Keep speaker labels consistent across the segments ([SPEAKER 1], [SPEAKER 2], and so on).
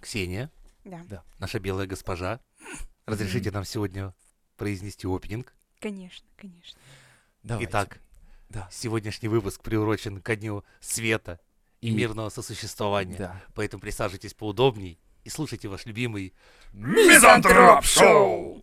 [SPEAKER 1] Ксения,
[SPEAKER 2] Да,
[SPEAKER 1] да, наша белая госпожа, разрешите нам сегодня произнести опенинг.
[SPEAKER 2] конечно, конечно.
[SPEAKER 3] Давайте.
[SPEAKER 1] Итак,
[SPEAKER 3] Да.
[SPEAKER 1] сегодняшний выпуск приурочен ко дню света и,
[SPEAKER 3] И-
[SPEAKER 1] мирного сосуществования.
[SPEAKER 3] Да.
[SPEAKER 1] Поэтому присаживайтесь поудобней и слушайте ваш любимый
[SPEAKER 3] Мизантроп Шоу!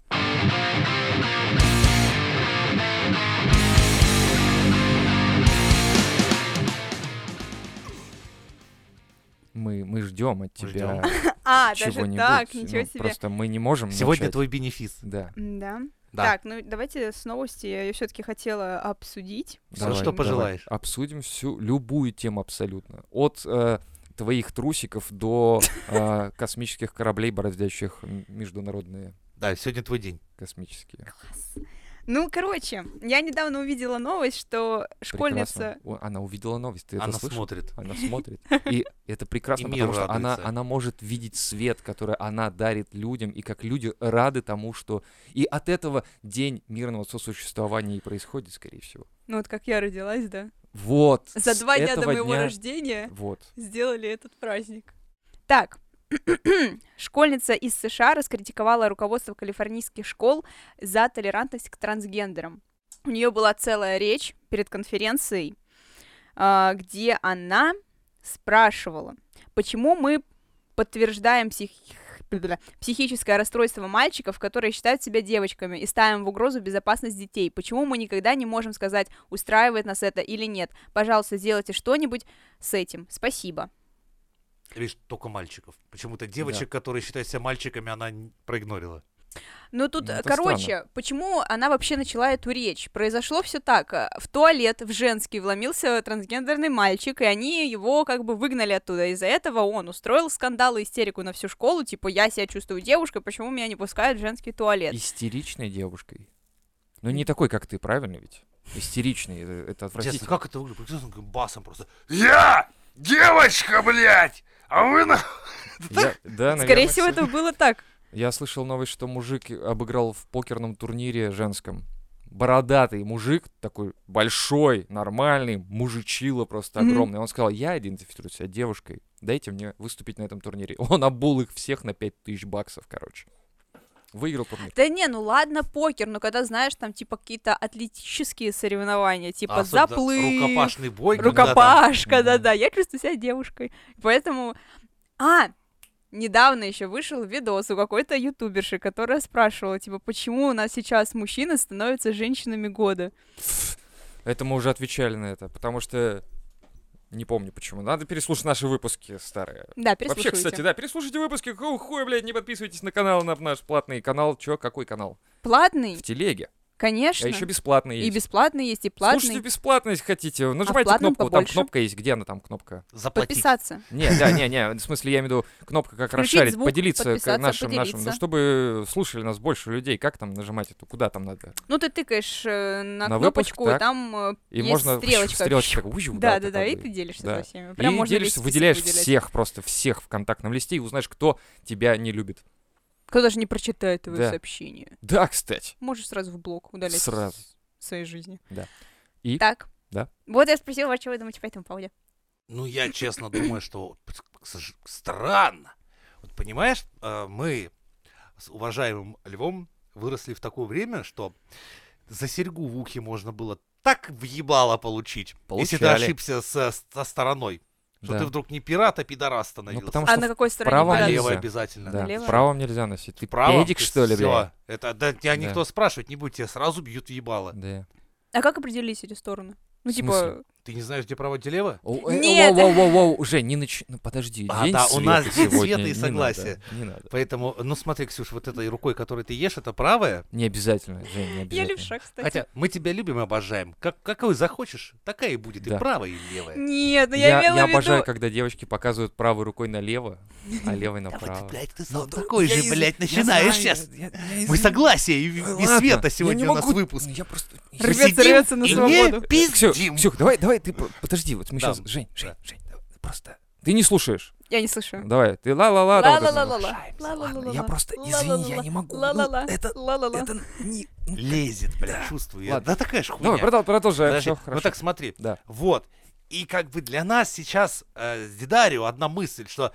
[SPEAKER 3] Мы, мы ждем от
[SPEAKER 1] Мы
[SPEAKER 3] тебя
[SPEAKER 2] А, даже
[SPEAKER 3] чего-нибудь.
[SPEAKER 2] так,
[SPEAKER 3] Ну,
[SPEAKER 2] ничего себе.
[SPEAKER 3] Просто мы не можем
[SPEAKER 1] Сегодня
[SPEAKER 3] начать.
[SPEAKER 1] твой бенефис.
[SPEAKER 3] Да.
[SPEAKER 2] Да.
[SPEAKER 1] Да.
[SPEAKER 2] Так, ну давайте с новости. Я все-таки хотела обсудить.
[SPEAKER 1] Ну, что пожелаешь?
[SPEAKER 3] Обсудим всю любую тему абсолютно. От э, твоих трусиков до э, космических кораблей, бороздящих м- международные
[SPEAKER 1] Да, сегодня твой день.
[SPEAKER 3] космические.
[SPEAKER 2] Класс. Ну, короче, я недавно увидела новость, что школьница...
[SPEAKER 3] Прекрасно. О, она увидела новость. Ты это
[SPEAKER 1] Она
[SPEAKER 3] слышал?
[SPEAKER 1] смотрит.
[SPEAKER 3] Она смотрит. И это прекрасно,
[SPEAKER 1] И мир
[SPEAKER 3] потому что она,
[SPEAKER 1] радуется.
[SPEAKER 3] она может видеть свет, который она дарит людям, и как люди рады тому, что... И от этого день мирного сосуществования и происходит, скорее всего.
[SPEAKER 2] Ну, вот как я родилась, да.
[SPEAKER 3] Вот.
[SPEAKER 2] За
[SPEAKER 3] с
[SPEAKER 2] два дня до
[SPEAKER 3] этого
[SPEAKER 2] моего
[SPEAKER 3] дня-
[SPEAKER 2] рождения
[SPEAKER 3] Вот.
[SPEAKER 2] сделали этот праздник. Так, школьница из США раскритиковала руководство калифорнийских школ за толерантность к трансгендерам. У нее была целая речь перед конференцией, а, где она спрашивала, почему мы подтверждаем псих- бля-бля-бля, психическое расстройство мальчиков, которые считают себя девочками, и ставим в угрозу безопасность детей. Почему мы никогда не можем сказать, устраивает нас это или нет? Пожалуйста, сделайте что-нибудь с этим. Спасибо.
[SPEAKER 1] Видишь, только мальчиков. Почему-то девочек, которые считают себя мальчиками, она н- проигнорила.
[SPEAKER 2] Ну тут,
[SPEAKER 3] Ну,
[SPEAKER 2] э,
[SPEAKER 3] это
[SPEAKER 2] короче, почему она вообще начала эту речь? Произошло все так. э, В туалет, в женский, вломился трансгендерный мальчик, и они его как бы выгнали оттуда. Из-за этого он устроил скандал и истерику на всю школу, типа, я себя чувствую девушкой, почему меня не пускают в женский туалет?
[SPEAKER 3] Истеричной девушкой. Ну, не такой, как ты, правильно ведь? Истеричный, это, это
[SPEAKER 1] Честно,
[SPEAKER 3] отвратительно.
[SPEAKER 1] как это выглядит? Представь, он таким басом просто. Я! Девочка, блядь! А вы на...
[SPEAKER 3] Я- да,
[SPEAKER 2] Скорее
[SPEAKER 3] наверное,
[SPEAKER 2] всего,
[SPEAKER 3] кстати.
[SPEAKER 2] это было так.
[SPEAKER 3] Я слышал новость, что мужик обыграл в покерном турнире женском. Бородатый мужик, такой большой, нормальный, мужичила просто
[SPEAKER 2] Мгм.
[SPEAKER 3] огромный. Он сказал, я идентифицирую себя девушкой, дайте мне выступить на этом турнире. Он обул их всех на 5000 баксов, короче. Выиграл турнир.
[SPEAKER 2] Да не, ну ладно, покер, но когда знаешь, там, типа, какие-то атлетические соревнования, типа,
[SPEAKER 1] Особенно
[SPEAKER 2] заплыв,
[SPEAKER 1] А, Рукопашный бой. когда там-
[SPEAKER 2] Рукопашка,
[SPEAKER 3] Мгм.
[SPEAKER 2] да-да, я чувствую себя девушкой. Поэтому... А, недавно еще вышел видос у какой-то ютуберши, которая спрашивала, типа, почему у нас сейчас мужчины становятся женщинами года.
[SPEAKER 3] Это мы уже отвечали на это, потому что... Не помню почему. Надо переслушать наши выпуски старые.
[SPEAKER 2] Да,
[SPEAKER 3] Вообще,
[SPEAKER 2] переслушивайте.
[SPEAKER 3] кстати, да, переслушайте выпуски. Какого хуя, блядь, не подписывайтесь на канал, на наш платный канал. Чё, какой канал?
[SPEAKER 2] Платный,
[SPEAKER 3] В телеге.
[SPEAKER 2] конечно.
[SPEAKER 3] А еще бесплатный
[SPEAKER 2] И
[SPEAKER 3] а есть.
[SPEAKER 2] бесплатный есть, и платный. А
[SPEAKER 3] Слушайте бесплатно, если хотите. Нажимайте
[SPEAKER 2] платном
[SPEAKER 3] кнопку,
[SPEAKER 2] побольше.
[SPEAKER 3] там кнопка есть. Где она там, кнопка?
[SPEAKER 1] Заплатить.
[SPEAKER 2] Подписаться.
[SPEAKER 3] Не, да, не, не, в смысле, я имею в виду кнопка как
[SPEAKER 2] Включить
[SPEAKER 3] расшарить,
[SPEAKER 2] звук,
[SPEAKER 3] поделиться к
[SPEAKER 2] подписаться,
[SPEAKER 3] нашим, нашим.
[SPEAKER 2] поделиться.
[SPEAKER 3] Ну, чтобы слушали нас больше людей, как там нажимать эту, куда там надо?
[SPEAKER 2] Ну, ты тыкаешь э, на,
[SPEAKER 3] На выпуск,
[SPEAKER 2] кнопочку, и
[SPEAKER 3] так.
[SPEAKER 2] там э,
[SPEAKER 3] И
[SPEAKER 2] есть
[SPEAKER 3] можно
[SPEAKER 2] стрелочка.
[SPEAKER 3] стрелочка такая, уй,
[SPEAKER 2] Да,
[SPEAKER 3] вот
[SPEAKER 2] да,
[SPEAKER 3] это
[SPEAKER 2] да, и
[SPEAKER 3] вот.
[SPEAKER 2] ты делишься
[SPEAKER 3] Да.
[SPEAKER 2] со всеми.
[SPEAKER 3] И
[SPEAKER 2] Прям можно весь
[SPEAKER 3] делишься,
[SPEAKER 2] список
[SPEAKER 3] выделяешь
[SPEAKER 2] выделять.
[SPEAKER 3] всех, просто всех в контактном листе и узнаешь, кто тебя не любит.
[SPEAKER 2] Кто даже не прочитает твои
[SPEAKER 3] Да.
[SPEAKER 2] сообщение.
[SPEAKER 3] Да, кстати.
[SPEAKER 2] Можешь сразу в блок удалять.
[SPEAKER 3] Сразу.
[SPEAKER 2] в своей жизни.
[SPEAKER 3] Да. И?
[SPEAKER 2] Так.
[SPEAKER 3] Да.
[SPEAKER 2] Вот я спросила, вас, что вы думаете по этому поводу.
[SPEAKER 1] Ну, я честно думаю, что к сож- странно. Вот понимаешь, э, мы с уважаемым Львом выросли в такое время, что за серьгу в ухе можно было так въебало получить, если ты
[SPEAKER 3] Получали.
[SPEAKER 1] ошибся со, со стороной. Что
[SPEAKER 3] Да. Ну,
[SPEAKER 1] ты вдруг не пират, а пидорас становился.
[SPEAKER 3] потому
[SPEAKER 2] А
[SPEAKER 3] что
[SPEAKER 2] на какой стороне?
[SPEAKER 3] вправо
[SPEAKER 1] Налево
[SPEAKER 2] правда?
[SPEAKER 3] они нельзя.
[SPEAKER 1] обязательно.
[SPEAKER 3] Да,
[SPEAKER 2] Налево.
[SPEAKER 3] правом нельзя носить. Ты
[SPEAKER 1] Вправо
[SPEAKER 3] педик,
[SPEAKER 1] ты
[SPEAKER 3] что ли,
[SPEAKER 1] всё.
[SPEAKER 3] блядь?
[SPEAKER 1] Это да, тебя
[SPEAKER 3] Да.
[SPEAKER 1] никто спрашивать не будет, тебя сразу бьют в ебало.
[SPEAKER 3] Да.
[SPEAKER 2] А как определились эти стороны? Ну,
[SPEAKER 3] В смысле?
[SPEAKER 2] типа,
[SPEAKER 1] Ты не знаешь, где право, где лево?
[SPEAKER 3] О, э,
[SPEAKER 2] Нет.
[SPEAKER 3] Воу, воу, воу, воу, Жень, не начи... Ну, подожди,
[SPEAKER 1] А,
[SPEAKER 3] день
[SPEAKER 1] да, у нас
[SPEAKER 3] света
[SPEAKER 1] день света
[SPEAKER 3] сегодня,
[SPEAKER 1] и
[SPEAKER 3] не надо,
[SPEAKER 1] согласия.
[SPEAKER 3] Не надо.
[SPEAKER 1] Поэтому, ну смотри, Ксюш, вот этой рукой, которой ты ешь, это правая.
[SPEAKER 3] Не обязательно, Жень, не
[SPEAKER 2] я
[SPEAKER 3] обязательно.
[SPEAKER 2] левша, кстати.
[SPEAKER 1] Хотя мы тебя любим и обожаем. Как, какой захочешь, такая и будет. И
[SPEAKER 3] Да.
[SPEAKER 1] правая, и левая.
[SPEAKER 2] Нет, ну я,
[SPEAKER 3] я,
[SPEAKER 2] имела
[SPEAKER 3] я
[SPEAKER 2] в виду...
[SPEAKER 3] обожаю, когда девочки показывают правой рукой налево, а левой
[SPEAKER 1] Да вот,
[SPEAKER 3] направо.
[SPEAKER 1] блядь, ты сам Ну, такой же, блядь, начинаешь сейчас. Мы
[SPEAKER 3] Мы
[SPEAKER 1] согласие и, и света сегодня у нас выпуск.
[SPEAKER 3] Я просто... не-
[SPEAKER 2] Рвётся,
[SPEAKER 1] Посидим
[SPEAKER 2] рвётся на
[SPEAKER 1] и
[SPEAKER 2] свободу.
[SPEAKER 1] не
[SPEAKER 3] Ксю,
[SPEAKER 1] пиздим.
[SPEAKER 3] Ксюх, давай, давай, ты про- подожди, вот мы
[SPEAKER 1] Да.
[SPEAKER 3] сейчас... Жень, Жень, Жень, давай, просто... Ты не слушаешь.
[SPEAKER 2] Я не слышу.
[SPEAKER 3] Давай, ты ла-ла-ла. там вот это
[SPEAKER 2] Ла-ла-ла-ла-ла.
[SPEAKER 3] нарушаемся.
[SPEAKER 2] Ла-ла-ла-ла-ла.
[SPEAKER 3] Ладно, Я просто, извини, я не могу. Ну,
[SPEAKER 2] Ла-ла-ла.
[SPEAKER 3] Это...
[SPEAKER 2] Ла-ла-ла.
[SPEAKER 3] Это не... ну,
[SPEAKER 1] Лезет, блядь, чувствую. я.
[SPEAKER 3] Ладно.
[SPEAKER 1] Да такая ж хуйня.
[SPEAKER 3] Давай, продол- продолжай,
[SPEAKER 1] Подожди,
[SPEAKER 3] все
[SPEAKER 1] ну
[SPEAKER 3] хорошо.
[SPEAKER 1] так смотри.
[SPEAKER 3] Да.
[SPEAKER 1] Вот. И как бы для нас сейчас э, с Дидарио одна мысль, что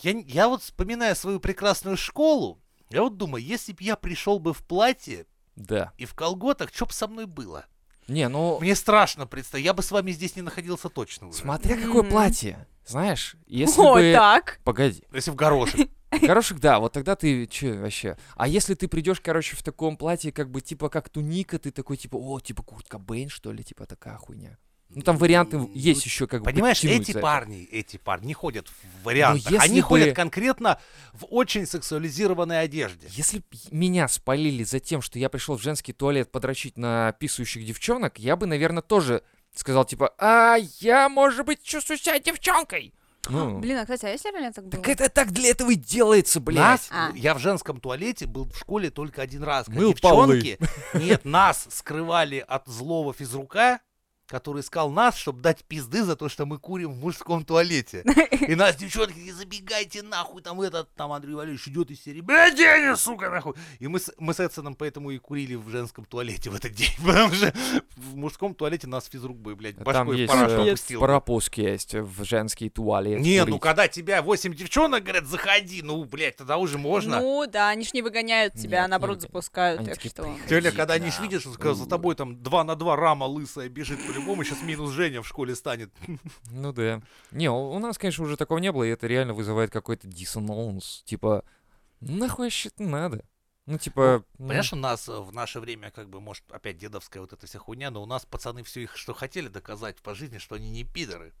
[SPEAKER 1] Я, н- я вот вспоминаю свою прекрасную школу, я вот думаю, если бы я пришел бы в платье
[SPEAKER 3] Да.
[SPEAKER 1] и в колготах, что бы со мной было?
[SPEAKER 3] Не, ну,
[SPEAKER 1] Мне страшно представить, я бы с вами здесь не находился точно уже.
[SPEAKER 3] смотря какое
[SPEAKER 2] М.
[SPEAKER 3] платье. Знаешь, если
[SPEAKER 2] О,
[SPEAKER 3] бы...
[SPEAKER 2] так.
[SPEAKER 3] Погоди.
[SPEAKER 1] Если в горошек.
[SPEAKER 3] Горошек, да, вот тогда ты че вообще? А если ты придешь, короче, в таком платье, как бы типа как туника, ты такой типа, о, типа Курт Кобейн, что ли, типа такая хуйня. Ну там варианты в-
[SPEAKER 1] Ну,
[SPEAKER 3] есть еще как бы.
[SPEAKER 1] Понимаешь,
[SPEAKER 3] подтянуть
[SPEAKER 1] эти
[SPEAKER 3] за это. Ну,
[SPEAKER 1] парни, эти парни не ходят в вариантах.
[SPEAKER 3] если
[SPEAKER 1] Они
[SPEAKER 3] бы-
[SPEAKER 1] ходят конкретно в очень сексуализированной одежде.
[SPEAKER 3] Если б меня спалили за тем, что я пришел в женский туалет подрочить на писающих девчонок, я бы, наверное, тоже сказал типа, а я, может быть, чувствую себя девчонкой. Ну,
[SPEAKER 2] Блин, а кстати, а если реально так было?
[SPEAKER 3] так это так для этого и делается, блядь.
[SPEAKER 1] Нас,
[SPEAKER 2] А.
[SPEAKER 1] я в женском туалете был в школе только один раз. когда
[SPEAKER 3] Мыл
[SPEAKER 1] девчонки, нет, нас скрывали от злого физрука, который искал нас, чтобы дать пизды за то, что мы курим в мужском туалете. И нас, девчонки, такие, забегайте нахуй, там этот, там Андрей Валерьевич идет из серии, бля, денег, сука, нахуй. И мы с, мы с Эдсоном поэтому и курили в женском туалете в этот день, потому что в мужском туалете нас физрук бы, блядь,
[SPEAKER 3] Там
[SPEAKER 1] башкой в
[SPEAKER 3] есть
[SPEAKER 1] парашу
[SPEAKER 3] э,
[SPEAKER 1] опустил. бы.
[SPEAKER 3] пропуск есть в женский туалет.
[SPEAKER 1] Не, ну
[SPEAKER 3] курить.
[SPEAKER 1] когда тебя восемь девчонок говорят, заходи, ну, блядь, тогда уже можно.
[SPEAKER 2] Ну да, они ж не выгоняют тебя,
[SPEAKER 3] Нет,
[SPEAKER 2] а
[SPEAKER 3] не
[SPEAKER 2] наоборот
[SPEAKER 3] выгоняют.
[SPEAKER 2] запускают,
[SPEAKER 3] Они
[SPEAKER 2] так
[SPEAKER 3] такие,
[SPEAKER 2] что...
[SPEAKER 3] «Приходи».
[SPEAKER 1] Тем более, когда
[SPEAKER 3] к
[SPEAKER 1] они ж
[SPEAKER 3] нам.
[SPEAKER 1] видишь, вот сказал, за тобой там 2 на 2 рама лысая бежит по-любому, сейчас минус Женя в школе станет.
[SPEAKER 3] Ну да. Не, у у нас, конечно, уже такого не было, и это реально вызывает какой-то диссонанс. Типа, нахуй вообще это надо? Ну, типа... м,
[SPEAKER 1] Понимаешь, у нас э, в наше время, как бы, может, опять дедовская вот эта вся хуйня, но у нас пацаны все их, что хотели доказать по жизни, что они не пидоры.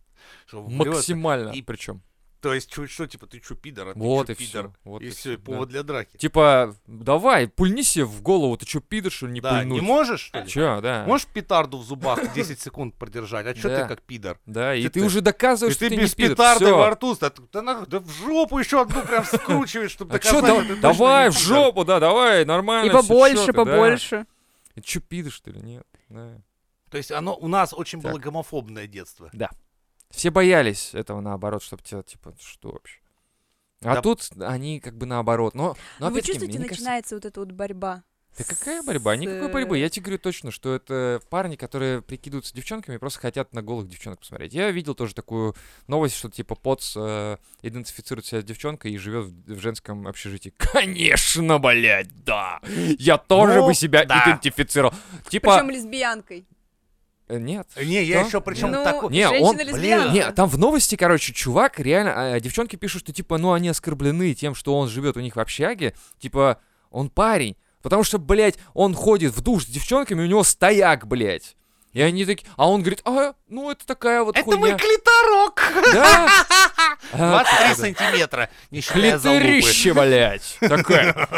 [SPEAKER 1] Что врёт.
[SPEAKER 3] максимально.
[SPEAKER 1] и-
[SPEAKER 3] причем.
[SPEAKER 1] То есть, чё- что, типа, ты чё, пидор, а ты
[SPEAKER 3] Вот
[SPEAKER 1] чё,
[SPEAKER 3] и
[SPEAKER 1] пидор.
[SPEAKER 3] все. Вот
[SPEAKER 1] и
[SPEAKER 3] всё,
[SPEAKER 1] все, и
[SPEAKER 3] да.
[SPEAKER 1] повод для драки.
[SPEAKER 3] Типа, давай, пульни себе в голову, ты чё, пидор, что ли, не
[SPEAKER 1] да, не
[SPEAKER 3] пульнуть?
[SPEAKER 1] можешь, что ли?
[SPEAKER 3] Чё, да.
[SPEAKER 1] Можешь петарду в зубах 10 секунд продержать, а что
[SPEAKER 3] Да.
[SPEAKER 1] ты как пидор?
[SPEAKER 3] Да, и
[SPEAKER 1] Ты-
[SPEAKER 3] ты
[SPEAKER 1] ты-
[SPEAKER 3] уже доказываешь,
[SPEAKER 1] И
[SPEAKER 3] что
[SPEAKER 1] ты
[SPEAKER 3] ты не
[SPEAKER 1] без
[SPEAKER 3] пидор.
[SPEAKER 1] петарды
[SPEAKER 3] всё.
[SPEAKER 1] во рту, да, да нахуй, да в жопу еще одну прям скручиваешь, чтобы
[SPEAKER 3] А чё,
[SPEAKER 1] доказать,
[SPEAKER 3] да-
[SPEAKER 1] что ты точно
[SPEAKER 3] давай
[SPEAKER 1] не
[SPEAKER 3] в
[SPEAKER 1] пидор.
[SPEAKER 3] жопу, да, давай, нормально.
[SPEAKER 2] И
[SPEAKER 3] всё, чё
[SPEAKER 2] побольше,
[SPEAKER 3] ты, да.
[SPEAKER 2] побольше.
[SPEAKER 3] И Чё, пидор, что ли, нет? Да.
[SPEAKER 1] То есть оно у нас очень было
[SPEAKER 3] Так.
[SPEAKER 1] гомофобное детство.
[SPEAKER 3] Все боялись этого наоборот, чтобы тебя, типа, что вообще. А
[SPEAKER 1] Да.
[SPEAKER 3] тут они как бы наоборот. Но, но
[SPEAKER 2] А Вы
[SPEAKER 3] Ну, опять-таки,
[SPEAKER 2] чувствуете,
[SPEAKER 3] мне кажется-
[SPEAKER 2] начинается вот эта вот борьба?
[SPEAKER 3] Да
[SPEAKER 2] с-
[SPEAKER 3] какая борьба? Никакой борьбы. Я тебе говорю точно, что это парни, которые прикидываются девчонками и просто хотят на голых девчонок посмотреть. Я видел тоже такую новость, что типа Потс э, идентифицирует себя с девчонкой и живет в, в женском общежитии. Конечно, блядь, да! Я тоже
[SPEAKER 1] Ну,
[SPEAKER 3] бы себя
[SPEAKER 1] да.
[SPEAKER 3] идентифицировал. Типа...
[SPEAKER 2] Причем лесбиянкой.
[SPEAKER 3] э, Нет.
[SPEAKER 1] Не, я
[SPEAKER 3] Что?
[SPEAKER 1] еще причем
[SPEAKER 2] Ну,
[SPEAKER 1] такой.
[SPEAKER 3] Не, он-
[SPEAKER 2] женщина-лесбиянка.
[SPEAKER 3] Э, Не, там в новости, короче, чувак реально, а, девчонки пишут, что типа, ну они оскорблены тем, что он живет у них в общаге, типа, он парень, потому что, блядь, он ходит в душ с девчонками, у него стояк, блядь. И они такие, а он говорит, а, ну это такая вот
[SPEAKER 1] Это мой
[SPEAKER 3] хуйня.
[SPEAKER 1] клиторок!
[SPEAKER 3] Да. А,
[SPEAKER 1] 23 сантиметра, не считая залупы.
[SPEAKER 3] Клитерище, блядь, такая.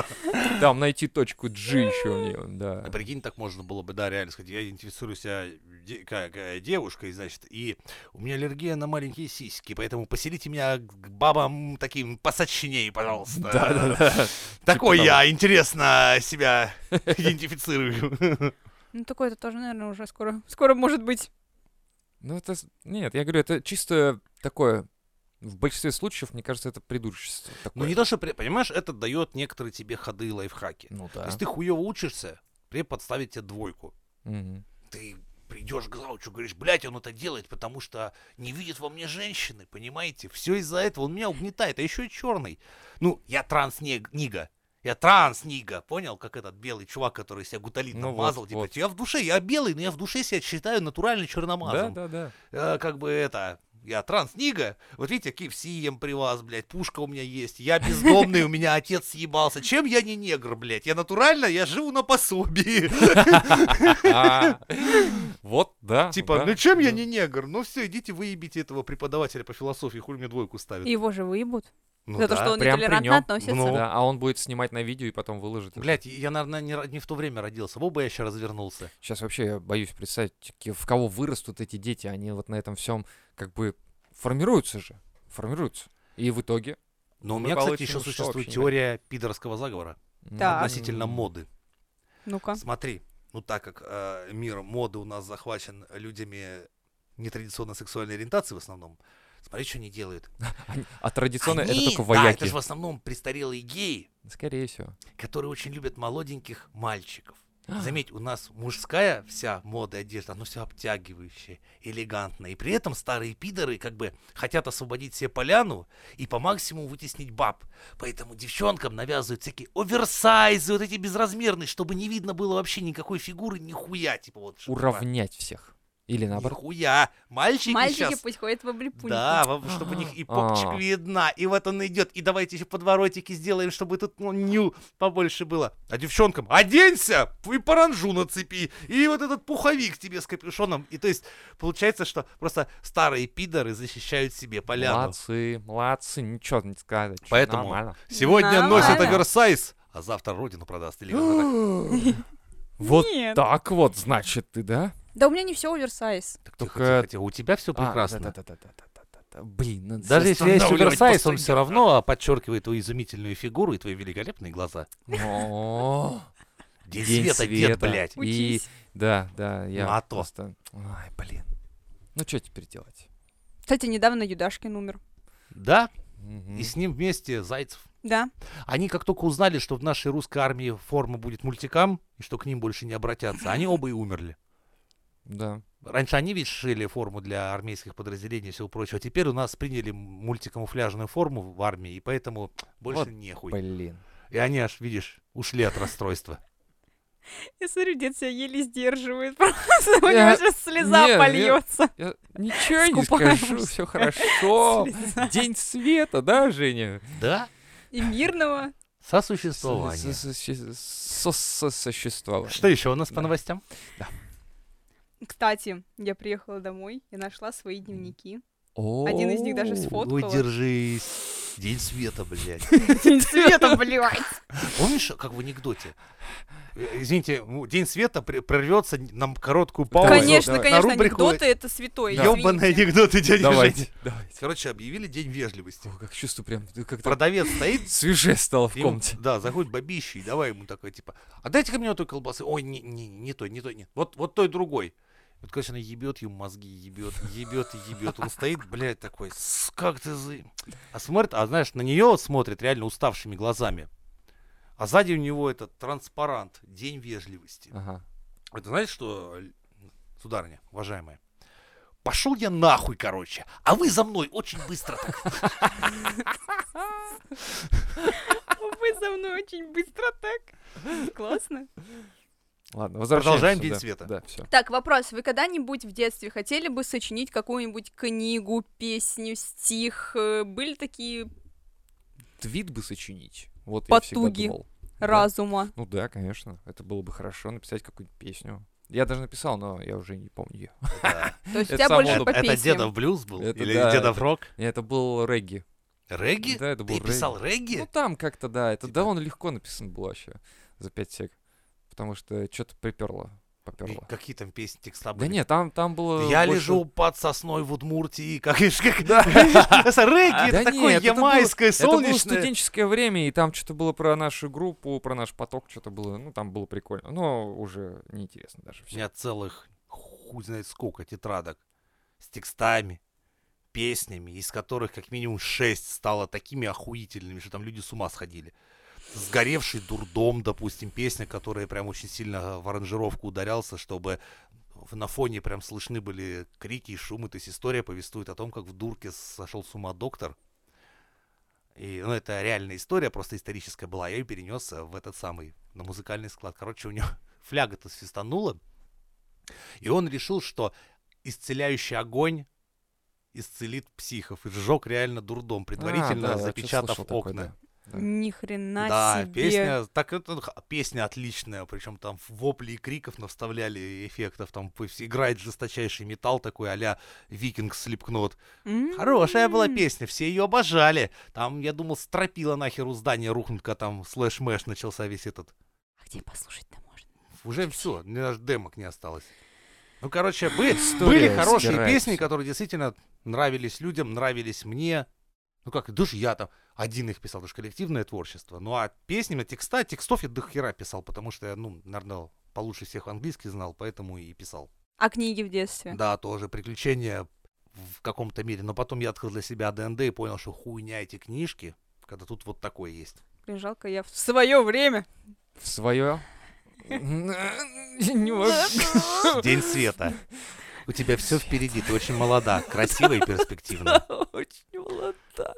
[SPEAKER 3] Там найти точку G еще у нее, да.
[SPEAKER 1] А Прикинь, так можно было бы, да, реально сказать. Я идентифицирую себя де- как э, девушкой, значит, и у меня аллергия на маленькие сиськи, поэтому поселите меня к бабам таким посочнее, пожалуйста.
[SPEAKER 3] Да-да-да.
[SPEAKER 1] Такой
[SPEAKER 3] Типа того.
[SPEAKER 1] я, интересно, себя идентифицирую.
[SPEAKER 2] Ну, такое-то тоже, наверное, уже скоро. Скоро может быть.
[SPEAKER 3] Ну, это... с- Нет, я говорю, это чисто такое... В большинстве случаев, мне кажется, это придурчество.
[SPEAKER 1] Ну
[SPEAKER 3] такое.
[SPEAKER 1] не то, что, при- понимаешь, это дает некоторые тебе ходы и лайфхаки.
[SPEAKER 3] Ну
[SPEAKER 1] То
[SPEAKER 3] да.
[SPEAKER 1] есть ты хуево учишься, препод подставить тебе двойку.
[SPEAKER 3] Мгм.
[SPEAKER 1] Ты придешь к заучу, говоришь, блядь, он это делает, потому что не видит во мне женщины, понимаете? Все из-за этого, он меня угнетает, а еще и черный. Ну, я транс-нига. Я транс-нига, понял, как этот белый чувак, который себя гуталит
[SPEAKER 3] Ну вот,
[SPEAKER 1] намазал, типа,
[SPEAKER 3] вот.
[SPEAKER 1] я в душе, я белый, но я в душе себя считаю натурально черномазом.
[SPEAKER 3] Да, да, да.
[SPEAKER 1] Э, как бы это, я транс-нига, вот видите, KFC ем при вас, блядь, пушка у меня есть, я бездомный, у меня отец съебался, чем я не негр, блядь, я натурально, я живу на пособии.
[SPEAKER 3] А, Вот, да.
[SPEAKER 1] Типа,
[SPEAKER 3] да,
[SPEAKER 1] ну чем я
[SPEAKER 3] да.
[SPEAKER 1] не негр? Ну все, идите выебите этого преподавателя по философии, хуй мне двойку ставит.
[SPEAKER 2] Его же выебут.
[SPEAKER 1] Ну
[SPEAKER 2] за
[SPEAKER 1] да.
[SPEAKER 2] то, что он
[SPEAKER 3] прям при
[SPEAKER 2] нетолерантно
[SPEAKER 3] нём.
[SPEAKER 2] относится.
[SPEAKER 1] Ну.
[SPEAKER 3] Да, а он будет снимать на видео и потом выложит.
[SPEAKER 1] Блять, я, наверное, не, ро- не в то время родился. Во бы я еще развернулся.
[SPEAKER 3] Сейчас вообще я боюсь представить, ки- в кого вырастут эти дети. Они вот на этом всем как бы формируются же. Формируются. И в итоге...
[SPEAKER 1] Но у
[SPEAKER 3] Мы
[SPEAKER 1] меня, кстати,
[SPEAKER 3] получим
[SPEAKER 1] еще
[SPEAKER 3] что
[SPEAKER 1] существует
[SPEAKER 3] вообще,
[SPEAKER 1] теория пидорского заговора
[SPEAKER 3] м,
[SPEAKER 2] Так.
[SPEAKER 1] относительно моды.
[SPEAKER 2] Ну-ка.
[SPEAKER 1] Смотри, ну так как э, мир моды у нас захвачен людьми нетрадиционно сексуальной ориентации в основном, смотри, что они делают.
[SPEAKER 3] Они- А традиционно это
[SPEAKER 1] Они-
[SPEAKER 3] только
[SPEAKER 1] Да,
[SPEAKER 3] вояки.
[SPEAKER 1] это же в основном престарелые геи,
[SPEAKER 3] Скорее всего.
[SPEAKER 1] которые очень любят молоденьких мальчиков. Заметь, у нас мужская вся мода и одежда, оно все обтягивающее, элегантное. И при этом старые пидоры как бы хотят освободить себе поляну и по максимуму вытеснить баб. Поэтому девчонкам навязывают всякие оверсайзы, вот эти безразмерные, чтобы не видно было вообще никакой фигуры, нихуя. Типа вот чтобы,
[SPEAKER 3] Уравнять всех. Или наоборот.
[SPEAKER 1] Нихуя. Мальчики,
[SPEAKER 2] Мальчики
[SPEAKER 1] сейчас...
[SPEAKER 2] пусть ходят в облепуньки.
[SPEAKER 1] Да, во- чтобы у них и попчик
[SPEAKER 3] А.
[SPEAKER 1] видна, и вот он идет, и давайте еще подворотики сделаем, чтобы тут ну, ню побольше было. А девчонкам оденься и паранжу нацепи, и вот этот пуховик тебе с капюшоном. И то есть получается, что просто старые пидоры защищают себе поляну.
[SPEAKER 3] Молодцы, молодцы, ничего не сказать. чё,
[SPEAKER 1] Поэтому-
[SPEAKER 3] нормально.
[SPEAKER 1] Сегодня носит
[SPEAKER 2] Нормально.
[SPEAKER 1] оверсайз, а завтра родину продаст. Или как-то так.
[SPEAKER 3] Вот
[SPEAKER 2] Нет.
[SPEAKER 3] так вот, значит, ты, да?
[SPEAKER 2] Да у меня не все оверсайз.
[SPEAKER 1] Так
[SPEAKER 3] Только-
[SPEAKER 1] тихо, тихо, у тебя все
[SPEAKER 3] А,
[SPEAKER 1] прекрасно.
[SPEAKER 3] да-да-да-да-да-да-да-да. Блин, надо
[SPEAKER 1] Даже
[SPEAKER 3] себя
[SPEAKER 1] если есть
[SPEAKER 3] останавливать
[SPEAKER 1] оверсайз, он
[SPEAKER 3] постоянно.
[SPEAKER 1] все равно подчеркивает твою изумительную фигуру и твои великолепные глаза.
[SPEAKER 3] О,
[SPEAKER 1] День,
[SPEAKER 3] День
[SPEAKER 1] света, дед,
[SPEAKER 3] света.
[SPEAKER 1] блядь.
[SPEAKER 3] И-
[SPEAKER 2] Учись.
[SPEAKER 3] Да, да, я
[SPEAKER 1] Ну, а то.
[SPEAKER 3] просто... Ай, блин. Ну, что теперь делать?
[SPEAKER 2] Кстати, недавно Юдашкин умер.
[SPEAKER 1] Да,
[SPEAKER 3] Мгм.
[SPEAKER 1] и с ним вместе Зайцев.
[SPEAKER 2] Да.
[SPEAKER 1] Они как только узнали, что в нашей русской армии форма будет мультикам, и что к ним больше не обратятся, они оба и умерли.
[SPEAKER 3] Да.
[SPEAKER 1] Раньше они ведь шили форму для армейских подразделений и всего прочего, а теперь у нас приняли м- мультикамуфляжную форму в армии, и поэтому больше
[SPEAKER 3] Вот
[SPEAKER 1] нехуй.
[SPEAKER 3] Блин.
[SPEAKER 1] И они аж, видишь, ушли от расстройства.
[SPEAKER 2] Я смотрю, дед себя еле сдерживает. Просто у
[SPEAKER 3] Я-
[SPEAKER 2] него сейчас слеза
[SPEAKER 3] не, я-
[SPEAKER 2] польется.
[SPEAKER 3] Я ничего не
[SPEAKER 2] Скупая
[SPEAKER 3] скажу,
[SPEAKER 2] мужская
[SPEAKER 3] все хорошо.
[SPEAKER 2] Слеза.
[SPEAKER 3] День света, да, Женя?
[SPEAKER 1] Да,
[SPEAKER 2] И мирного.
[SPEAKER 1] сосуществование.
[SPEAKER 3] Со- со- со- со- Сосуществование.
[SPEAKER 1] Что еще у нас по
[SPEAKER 3] Да.
[SPEAKER 1] новостям?
[SPEAKER 2] Кстати, я приехала домой и нашла свои дневники.
[SPEAKER 3] О.
[SPEAKER 2] Один из них даже с фото.
[SPEAKER 1] Ой, держись. День света, блядь.
[SPEAKER 2] День света, блядь.
[SPEAKER 1] Помнишь, как в анекдоте? Э, Извините, ну, День света при- прорвется нам короткую
[SPEAKER 3] Давай,
[SPEAKER 1] паузу.
[SPEAKER 2] Конечно,
[SPEAKER 3] давай.
[SPEAKER 1] На
[SPEAKER 2] конечно,
[SPEAKER 1] рубрику-
[SPEAKER 2] анекдоты это святое.
[SPEAKER 3] Да.
[SPEAKER 1] Ёбаные
[SPEAKER 2] извините.
[SPEAKER 1] анекдоты дяди Жени.
[SPEAKER 3] Давайте, давайте.
[SPEAKER 1] Короче, объявили день вежливости.
[SPEAKER 3] О, как чувствую прям, ты как-то
[SPEAKER 1] Продавец стоит
[SPEAKER 3] свежее стало в
[SPEAKER 1] ему-
[SPEAKER 3] комнате.
[SPEAKER 1] да, заходит бабище и давай ему такой, типа, а дайте-ка мне вот той колбасы. Ой, не, не, не той, не той, не. Вот, вот той другой. Вот, короче, она ебет ему мозги, ебет, ебет и ебет. Он стоит, блядь, такой, «С, как ты за... А смотрит, а знаешь, на нее смотрит реально уставшими глазами. А сзади у него этот транспарант, день вежливости.
[SPEAKER 3] Ага.
[SPEAKER 1] Это знаете что, л- сударыня, уважаемая? Пошел я нахуй, короче. А вы за мной очень быстро. так».
[SPEAKER 2] Вы за мной очень быстро так. Классно.
[SPEAKER 3] Ладно, возвращаемся.
[SPEAKER 1] Продолжаем День
[SPEAKER 3] да,
[SPEAKER 1] света.
[SPEAKER 3] Да, все.
[SPEAKER 2] Так, вопрос. Вы когда-нибудь в детстве хотели бы сочинить какую-нибудь книгу, песню, стих? Э, Были такие
[SPEAKER 3] Твит бы сочинить. Вот я
[SPEAKER 2] Потуги.
[SPEAKER 3] всегда думал. Да.
[SPEAKER 2] разума?
[SPEAKER 3] Ну да, конечно. Это было бы хорошо написать какую-нибудь песню. Я даже написал, но я уже не помню ее.
[SPEAKER 1] Да.
[SPEAKER 2] То есть у
[SPEAKER 3] Это
[SPEAKER 2] тебя
[SPEAKER 3] самое
[SPEAKER 2] больше по
[SPEAKER 1] Это
[SPEAKER 2] песням.
[SPEAKER 1] дедов блюз был?
[SPEAKER 3] Это
[SPEAKER 1] Или
[SPEAKER 3] да,
[SPEAKER 1] дедов
[SPEAKER 3] это-
[SPEAKER 1] рок?
[SPEAKER 3] Это был регги.
[SPEAKER 1] Регги?
[SPEAKER 3] Да, это был
[SPEAKER 1] Ты
[SPEAKER 3] регги.
[SPEAKER 1] писал
[SPEAKER 3] Ну
[SPEAKER 1] регги?
[SPEAKER 3] там как-то, да. Это
[SPEAKER 1] Типа-
[SPEAKER 3] довольно легко написано было вообще за пять сек. Потому что что-то приперло.
[SPEAKER 1] И
[SPEAKER 3] Поперло.
[SPEAKER 1] Какие там песни, текста
[SPEAKER 3] Ну, Да
[SPEAKER 1] были?
[SPEAKER 3] нет, там, там было...
[SPEAKER 1] Я
[SPEAKER 3] больше-
[SPEAKER 1] лежу под сосной в Удмуртии, как как- Это Регги, это
[SPEAKER 3] А, Да
[SPEAKER 1] такое
[SPEAKER 3] нет, это было-
[SPEAKER 1] ямайское,
[SPEAKER 3] Это было
[SPEAKER 1] солнечное.
[SPEAKER 3] студенческое время, и там что-то было про нашу группу, про наш поток, что-то было, ну, там было прикольно, но уже неинтересно даже
[SPEAKER 1] У
[SPEAKER 3] все.
[SPEAKER 1] меня целых хуй знает сколько тетрадок с текстами, песнями, из которых как минимум шесть стало такими охуительными, что там люди с ума сходили. Сгоревший дурдом, допустим, песня, которая прям очень сильно в аранжировку ударялся, чтобы в- на фоне прям слышны были крики и шумы. То есть история повествует о том, как в дурке сошел с ума доктор. И, ну, это реальная история, просто историческая была. Я ее перенес в этот самый, на музыкальный склад. Короче, у него фляга-то свистанула. И он решил, что исцеляющий огонь исцелит психов. И сжег реально дурдом, предварительно
[SPEAKER 3] А, да, я чё-то
[SPEAKER 1] запечатав
[SPEAKER 3] слышал такое,
[SPEAKER 1] окна.
[SPEAKER 3] да. Да.
[SPEAKER 2] Ни хрена
[SPEAKER 1] Да,
[SPEAKER 2] себе.
[SPEAKER 1] песня, так это х- песня отличная, причем там в вопли и криков навставляли эффектов, там пусть играет жесточайший металл такой, а-ля Викинг Слепкнот.
[SPEAKER 2] М-м.
[SPEAKER 1] Хорошая была песня, все ее обожали. Там, я думал, стропила нахер у здания рухнут, когда там слэш-мэш начался весь этот.
[SPEAKER 2] А где послушать-то можно?
[SPEAKER 1] Уже все, даже демок не осталось. Ну, короче, бы-
[SPEAKER 3] История
[SPEAKER 1] были хорошие
[SPEAKER 3] стирается.
[SPEAKER 1] песни, которые действительно нравились людям, нравились мне. Ну как, даже я там один их писал, даже коллективное творчество. Ну а песни, на текста, текстов я до хера писал, потому что я, ну, наверное, получше всех английский знал, поэтому и писал.
[SPEAKER 2] А книги в детстве?
[SPEAKER 1] Да, тоже приключения в каком-то мире. Но потом я открыл для себя ДНД и понял, что хуйня эти книжки, когда тут вот такое есть.
[SPEAKER 2] Блин, жалко, я в свое время
[SPEAKER 3] В свое Я не могу.
[SPEAKER 1] День света. У тебя все впереди, ты очень молода, красива и перспективна.
[SPEAKER 2] Очень молода.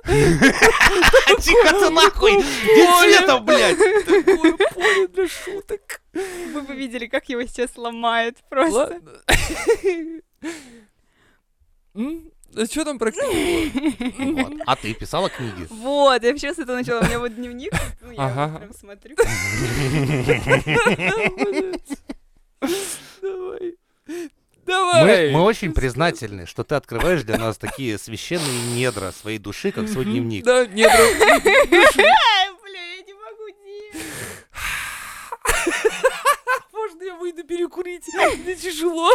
[SPEAKER 1] Тихо ты нахуй! День света, блядь!
[SPEAKER 2] Такое поле для шуток. Вы бы видели, как его сейчас ломает просто.
[SPEAKER 3] Ладно. М? А что там про книгу?
[SPEAKER 1] Вот. А ты писала книги?
[SPEAKER 2] Вот, я сейчас это начала. У меня вот дневник, ну, я его
[SPEAKER 3] Ага.
[SPEAKER 2] прям смотрю.
[SPEAKER 3] Давай.
[SPEAKER 1] Мы,
[SPEAKER 3] Давай.
[SPEAKER 1] мы очень признательны, что ты открываешь для нас такие священные недра своей души, как свой дневник.
[SPEAKER 3] Да, нет, друг.
[SPEAKER 2] Ай, Бля, я не могу делать.
[SPEAKER 3] Можно я выйду перекурить? Мне тяжело.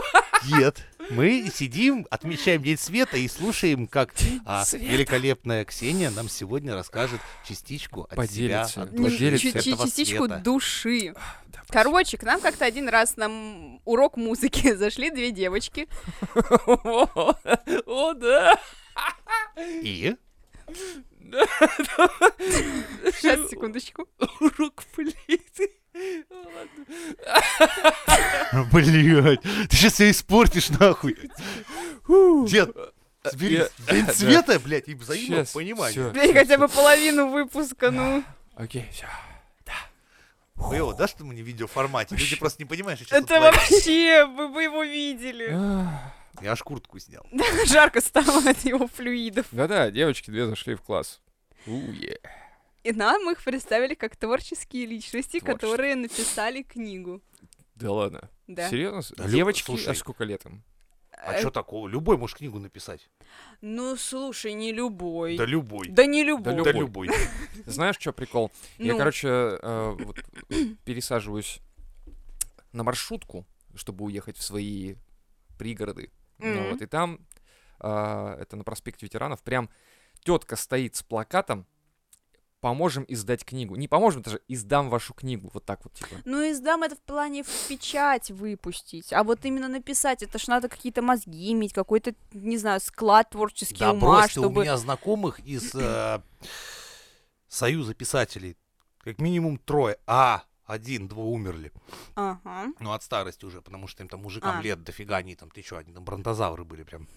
[SPEAKER 1] Нет. Мы сидим, отмечаем День Света и слушаем, как а,
[SPEAKER 3] света.
[SPEAKER 1] великолепная Ксения нам сегодня расскажет частичку от
[SPEAKER 3] Поделится.
[SPEAKER 1] себя, от
[SPEAKER 3] Ну,
[SPEAKER 1] души,
[SPEAKER 3] Владелец
[SPEAKER 2] Чуть- чуть-
[SPEAKER 1] этого
[SPEAKER 2] Частичку
[SPEAKER 1] света.
[SPEAKER 2] души. Короче, к нам как-то один раз на м- урок музыки зашли две девочки.
[SPEAKER 3] О, о, да.
[SPEAKER 1] И?
[SPEAKER 2] Сейчас, секундочку.
[SPEAKER 3] Урок плиты. Ладно.
[SPEAKER 1] Блять, ты сейчас все испортишь нахуй.
[SPEAKER 3] Фу.
[SPEAKER 1] Дед, сбери
[SPEAKER 3] Я-
[SPEAKER 1] День
[SPEAKER 3] Да.
[SPEAKER 1] Света, блядь, и взаимного
[SPEAKER 3] Щас,
[SPEAKER 1] понимания.
[SPEAKER 3] всё,
[SPEAKER 2] Блин,
[SPEAKER 3] всё,
[SPEAKER 2] хотя бы
[SPEAKER 3] всё.
[SPEAKER 2] половину выпуска, ну.
[SPEAKER 3] Окей, все.
[SPEAKER 1] Хуево, да, что мы не в видеоформате? Люди просто не понимают, что
[SPEAKER 2] Это
[SPEAKER 1] сейчас
[SPEAKER 2] вообще, вы бы его видели.
[SPEAKER 1] Я аж куртку снял.
[SPEAKER 2] Жарко стало от его флюидов.
[SPEAKER 3] Да-да, девочки две зашли в класс. У-е.
[SPEAKER 2] И нам их представили как творческие личности,
[SPEAKER 3] Творчество.
[SPEAKER 2] которые написали книгу.
[SPEAKER 3] Да ладно.
[SPEAKER 2] Да.
[SPEAKER 3] Серьезно?
[SPEAKER 1] Да, Люба,
[SPEAKER 3] Девочки,
[SPEAKER 1] слушай.
[SPEAKER 3] а сколько лет им?
[SPEAKER 1] А
[SPEAKER 2] Э,
[SPEAKER 1] что такого? Любой может книгу написать.
[SPEAKER 2] Ну, слушай, не любой.
[SPEAKER 1] Да любой.
[SPEAKER 2] Да не любой.
[SPEAKER 1] Да любой.
[SPEAKER 3] Знаешь, что прикол? Я,
[SPEAKER 2] Ну.
[SPEAKER 3] короче, э, вот пересаживаюсь на маршрутку, чтобы уехать в свои пригороды. Ну
[SPEAKER 2] Мгм.
[SPEAKER 3] вот, и там, а, это на проспекте ветеранов, прям тетка стоит с плакатом «Поможем издать книгу». Не поможем даже, издам вашу книгу. Вот так вот, типа.
[SPEAKER 2] Ну, издам это в плане в печать выпустить. А вот именно написать, это ж надо какие-то мозги иметь, какой-то, не знаю, склад творческий
[SPEAKER 1] Да
[SPEAKER 2] ума,
[SPEAKER 1] брось ты, у
[SPEAKER 2] чтобы...
[SPEAKER 1] меня знакомых из э, Союза писателей как минимум трое. А, один, два умерли.
[SPEAKER 2] Ага.
[SPEAKER 1] Ну, от старости уже, потому что им там мужикам
[SPEAKER 2] А.
[SPEAKER 1] лет дофига, они там, ты чё, они там бронтозавры были прям.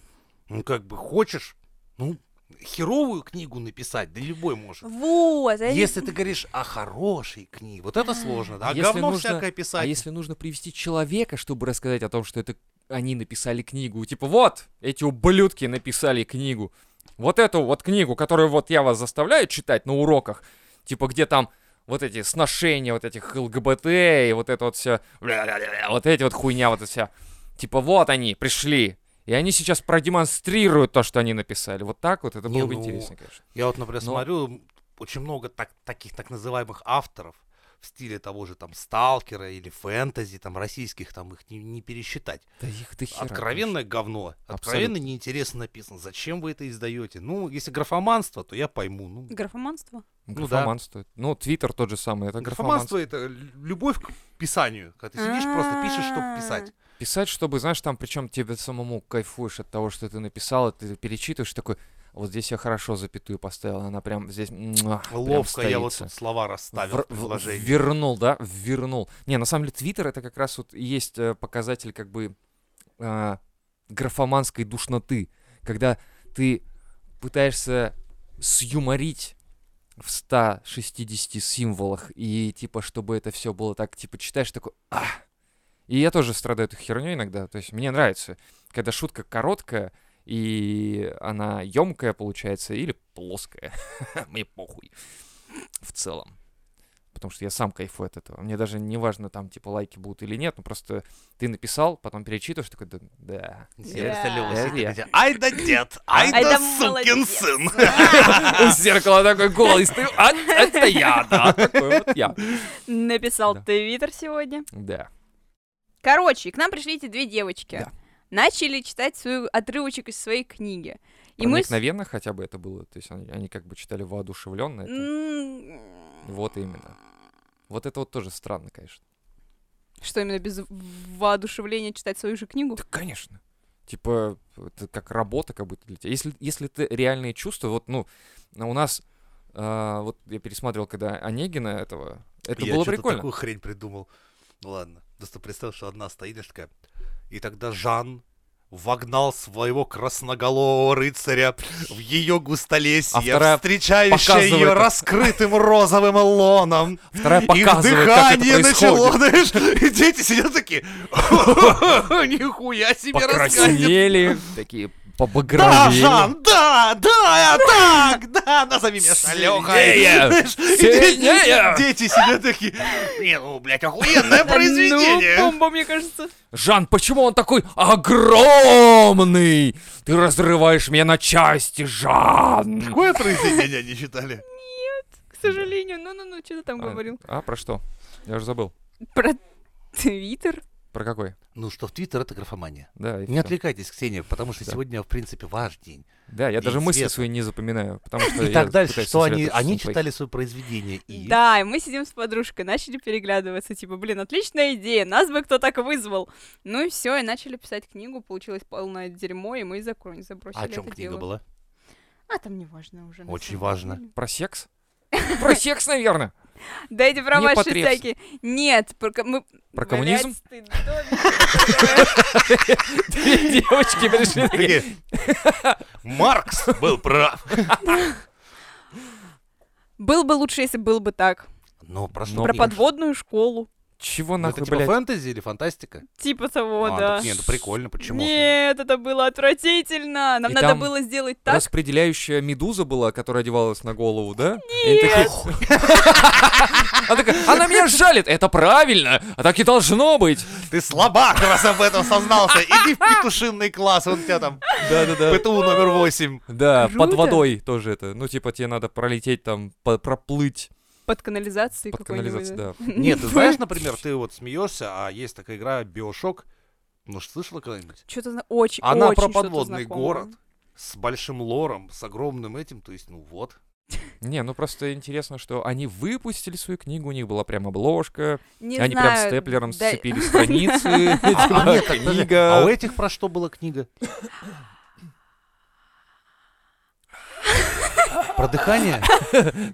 [SPEAKER 1] Ну, как бы, хочешь, ну, херовую книгу написать, да любой может.
[SPEAKER 2] Вот. а я не-
[SPEAKER 1] Если ты говоришь о хорошей книге, вот это сложно, да, а
[SPEAKER 3] Если
[SPEAKER 1] говно
[SPEAKER 3] нужно-
[SPEAKER 1] всякое писать.
[SPEAKER 3] А если нужно привести человека, чтобы рассказать о том, что это они написали книгу? Типа, вот, эти ублюдки написали книгу. Вот эту вот книгу, которую вот я вас заставляю читать на уроках. Типа, где там вот эти сношения вот этих ЛГБТ и вот это вот все. Вот эти вот хуйня вот эта вся. Типа, вот они пришли. И они сейчас продемонстрируют то, что они написали. Вот так вот это
[SPEAKER 1] Не,
[SPEAKER 3] было бы
[SPEAKER 1] ну,
[SPEAKER 3] интересно, конечно.
[SPEAKER 1] Я вот, например,
[SPEAKER 3] Но-
[SPEAKER 1] смотрю, м, очень много так, таких так называемых авторов в стиле того же там Сталкера или фэнтези, там российских, там их не, не пересчитать.
[SPEAKER 3] Да их ты хера.
[SPEAKER 1] Откровенное говно, откровенно неинтересно написано. Зачем вы это издаете? Ну, если графоманство, то я пойму. Ну,
[SPEAKER 2] Графоманство?
[SPEAKER 1] Ну да.
[SPEAKER 3] Графоманство. Ну, Твиттер тот же самый, это графоманство.
[SPEAKER 1] графоманство это лю- любовь к писанию, когда ты сидишь просто пишешь, чтобы писать.
[SPEAKER 3] Писать, чтобы, знаешь, там, причем тебе самому кайфуешь от того, что ты написал, и ты перечитываешь, и такой, вот здесь я хорошо запятую поставил, она прям здесь муа, прям
[SPEAKER 1] Ловко я вот
[SPEAKER 3] стоится».
[SPEAKER 1] тут слова расставил
[SPEAKER 3] Вр-
[SPEAKER 1] в
[SPEAKER 3] в-
[SPEAKER 1] предложении.
[SPEAKER 3] Вернул, да? Вернул. Не, на самом деле, Твиттер это как раз вот и есть э, показатель как бы э, графоманской душноты, когда ты пытаешься сюморить в 160 символах, и типа, чтобы это все было так, типа, читаешь такой, «А!» И я тоже страдаю этой херней иногда, то есть мне нравится, когда шутка короткая, и она емкая получается, или плоская. Мне похуй. В целом. Потому что я сам кайфую от этого. Мне даже не важно, там, типа, лайки будут или нет, ну просто ты написал, потом перечитываешь, такой, да, да.
[SPEAKER 1] Серый
[SPEAKER 2] Да.
[SPEAKER 1] Солёвый
[SPEAKER 3] Да,
[SPEAKER 1] сидит
[SPEAKER 3] я.
[SPEAKER 1] и говорит, Ай да дед, ай
[SPEAKER 2] Ай
[SPEAKER 1] да
[SPEAKER 2] да
[SPEAKER 1] сукин
[SPEAKER 2] молодец.
[SPEAKER 1] сын.
[SPEAKER 3] У зеркала такой голый стою, а это я, да, такой вот я.
[SPEAKER 2] Написал
[SPEAKER 3] Да.
[SPEAKER 2] твиттер сегодня.
[SPEAKER 3] Да.
[SPEAKER 2] Короче, к нам пришли эти две девочки.
[SPEAKER 3] Да.
[SPEAKER 2] Начали читать свой отрывочек из своей книги. И мы... с-
[SPEAKER 3] Проникновенно хотя бы это было, то есть они, они как бы читали воодушевленно это.
[SPEAKER 2] М,
[SPEAKER 3] Вот именно. Вот это вот тоже странно, конечно.
[SPEAKER 2] Что именно без воодушевления читать свою же книгу?
[SPEAKER 3] Да, конечно. Типа, это как работа как будто для тебя. Если, если ты реальные чувства, вот, ну, а у нас, а, вот я пересматривал, когда Онегина этого, это
[SPEAKER 1] Я
[SPEAKER 3] было
[SPEAKER 1] чё-то
[SPEAKER 3] прикольно.
[SPEAKER 1] такую хрень придумал. Ну ладно. Просто представь, что одна стоит, знаешь, такая. И тогда Жан вогнал своего красноголового рыцаря в ее
[SPEAKER 3] А
[SPEAKER 1] густолесье,
[SPEAKER 3] вторая
[SPEAKER 1] встречающая
[SPEAKER 3] показывает
[SPEAKER 1] ее
[SPEAKER 3] это.
[SPEAKER 1] раскрытым розовым лоном.
[SPEAKER 3] Вторая
[SPEAKER 1] Их
[SPEAKER 3] показывает, как это
[SPEAKER 1] дыхание начало,
[SPEAKER 3] происходит.
[SPEAKER 1] знаешь, и дети сидят такие, нихуя себе рассказывает.
[SPEAKER 3] Покраснели, такие
[SPEAKER 1] Да,
[SPEAKER 3] побагровели.
[SPEAKER 1] Жан, да, да, а так, да, назови меня Шалёха.
[SPEAKER 3] Сильнее,
[SPEAKER 1] Знаешь, и
[SPEAKER 3] сильнее.
[SPEAKER 1] Дети дети сидят такие, не, ну, блядь, охуенное
[SPEAKER 2] Ну,
[SPEAKER 1] произведение.
[SPEAKER 2] бомба, мне кажется.
[SPEAKER 3] Жан, почему он такой огромный? Ты разрываешь меня на части, Жан.
[SPEAKER 1] Какое произведение они читали?
[SPEAKER 2] К сожалению. Ну-ну-ну, что ты там
[SPEAKER 3] А,
[SPEAKER 2] говорил?
[SPEAKER 3] А, про что? Я уже забыл.
[SPEAKER 2] Про Твиттер?
[SPEAKER 3] Про какой?
[SPEAKER 1] Ну что, в Твиттер это графомания.
[SPEAKER 3] Да, и
[SPEAKER 1] Не
[SPEAKER 3] всё.
[SPEAKER 1] отвлекайтесь, Ксения, потому что
[SPEAKER 3] Да.
[SPEAKER 1] сегодня, в принципе, ваш день.
[SPEAKER 3] Да, я даже мысли
[SPEAKER 1] Неизвестно.
[SPEAKER 3] свои не запоминаю, потому что
[SPEAKER 1] И
[SPEAKER 3] я
[SPEAKER 1] так дальше,
[SPEAKER 3] пытаюсь
[SPEAKER 1] что они,
[SPEAKER 3] сосредоточиться
[SPEAKER 1] они
[SPEAKER 3] на своих-
[SPEAKER 1] читали свое произведение и...
[SPEAKER 2] Да, и мы сидим с подружкой, начали переглядываться, типа, блин, отличная идея, нас бы кто так вызвал. Ну и все, и начали писать книгу, получилось полное дерьмо, и мы закрой, забросили
[SPEAKER 1] А о чем
[SPEAKER 2] это
[SPEAKER 1] книга
[SPEAKER 2] дело.
[SPEAKER 1] была?
[SPEAKER 2] А там не важно уже. на
[SPEAKER 1] Очень
[SPEAKER 2] самом
[SPEAKER 1] важно.
[SPEAKER 2] деле.
[SPEAKER 3] Про секс? Про секс, наверное.
[SPEAKER 2] Да эти про
[SPEAKER 3] Не
[SPEAKER 2] ваши
[SPEAKER 3] потребс-
[SPEAKER 2] всякие. Нет, про ко- мы...
[SPEAKER 3] Про
[SPEAKER 2] Блядь,
[SPEAKER 3] коммунизм?
[SPEAKER 2] стыдно.
[SPEAKER 3] Две девочки пришли такие,
[SPEAKER 1] Такие, Маркс был прав.
[SPEAKER 2] Был бы лучше, если был бы так.
[SPEAKER 1] Ну, про что?
[SPEAKER 3] Ну,
[SPEAKER 2] Про
[SPEAKER 3] блин.
[SPEAKER 2] подводную школу.
[SPEAKER 3] Чего
[SPEAKER 1] Ну,
[SPEAKER 3] нахуй,
[SPEAKER 1] это типа
[SPEAKER 3] блядь?
[SPEAKER 1] фэнтези или фантастика?
[SPEAKER 2] Типа того,
[SPEAKER 1] А,
[SPEAKER 2] да.
[SPEAKER 1] так Нет, ну прикольно, почему?
[SPEAKER 2] Нет, это было отвратительно. Нам
[SPEAKER 3] И
[SPEAKER 2] надо
[SPEAKER 3] там
[SPEAKER 2] было сделать так.
[SPEAKER 3] Распределяющая медуза была, которая одевалась на голову, да? И они такие,
[SPEAKER 1] Ох,
[SPEAKER 3] Она такая, она меня жалит, это правильно, а так и должно быть.
[SPEAKER 1] Ты слабак, раз об этом сознался. Иди в петушинный класс, он тебя там,
[SPEAKER 3] Да-да-да.
[SPEAKER 1] ПТУ номер 8.
[SPEAKER 3] Да, под
[SPEAKER 2] Круто.
[SPEAKER 3] водой тоже это. Ну, типа, тебе надо пролететь там, по- проплыть
[SPEAKER 2] Под канализацией
[SPEAKER 3] под
[SPEAKER 2] какой-нибудь,
[SPEAKER 3] канализацию, да.
[SPEAKER 1] Нет, ты знаешь, например, ты вот смеешься, а есть такая игра Биошок. Ну, ж слышала когда-нибудь?
[SPEAKER 2] Что-то очень,
[SPEAKER 1] Она
[SPEAKER 2] очень
[SPEAKER 1] про
[SPEAKER 2] что-то
[SPEAKER 1] подводный
[SPEAKER 2] знакомое.
[SPEAKER 1] город. С большим лором, с огромным этим, то есть, ну вот.
[SPEAKER 3] Не, ну просто интересно, что они выпустили свою книгу, у них была прям обложка,
[SPEAKER 2] Не
[SPEAKER 3] они
[SPEAKER 2] знаю,
[SPEAKER 3] прям степлером
[SPEAKER 2] да-
[SPEAKER 3] сцепили страницы,
[SPEAKER 1] А,
[SPEAKER 3] типа,
[SPEAKER 1] нет, так, подожди,
[SPEAKER 3] книга.
[SPEAKER 1] а у этих про что была книга? Про дыхание?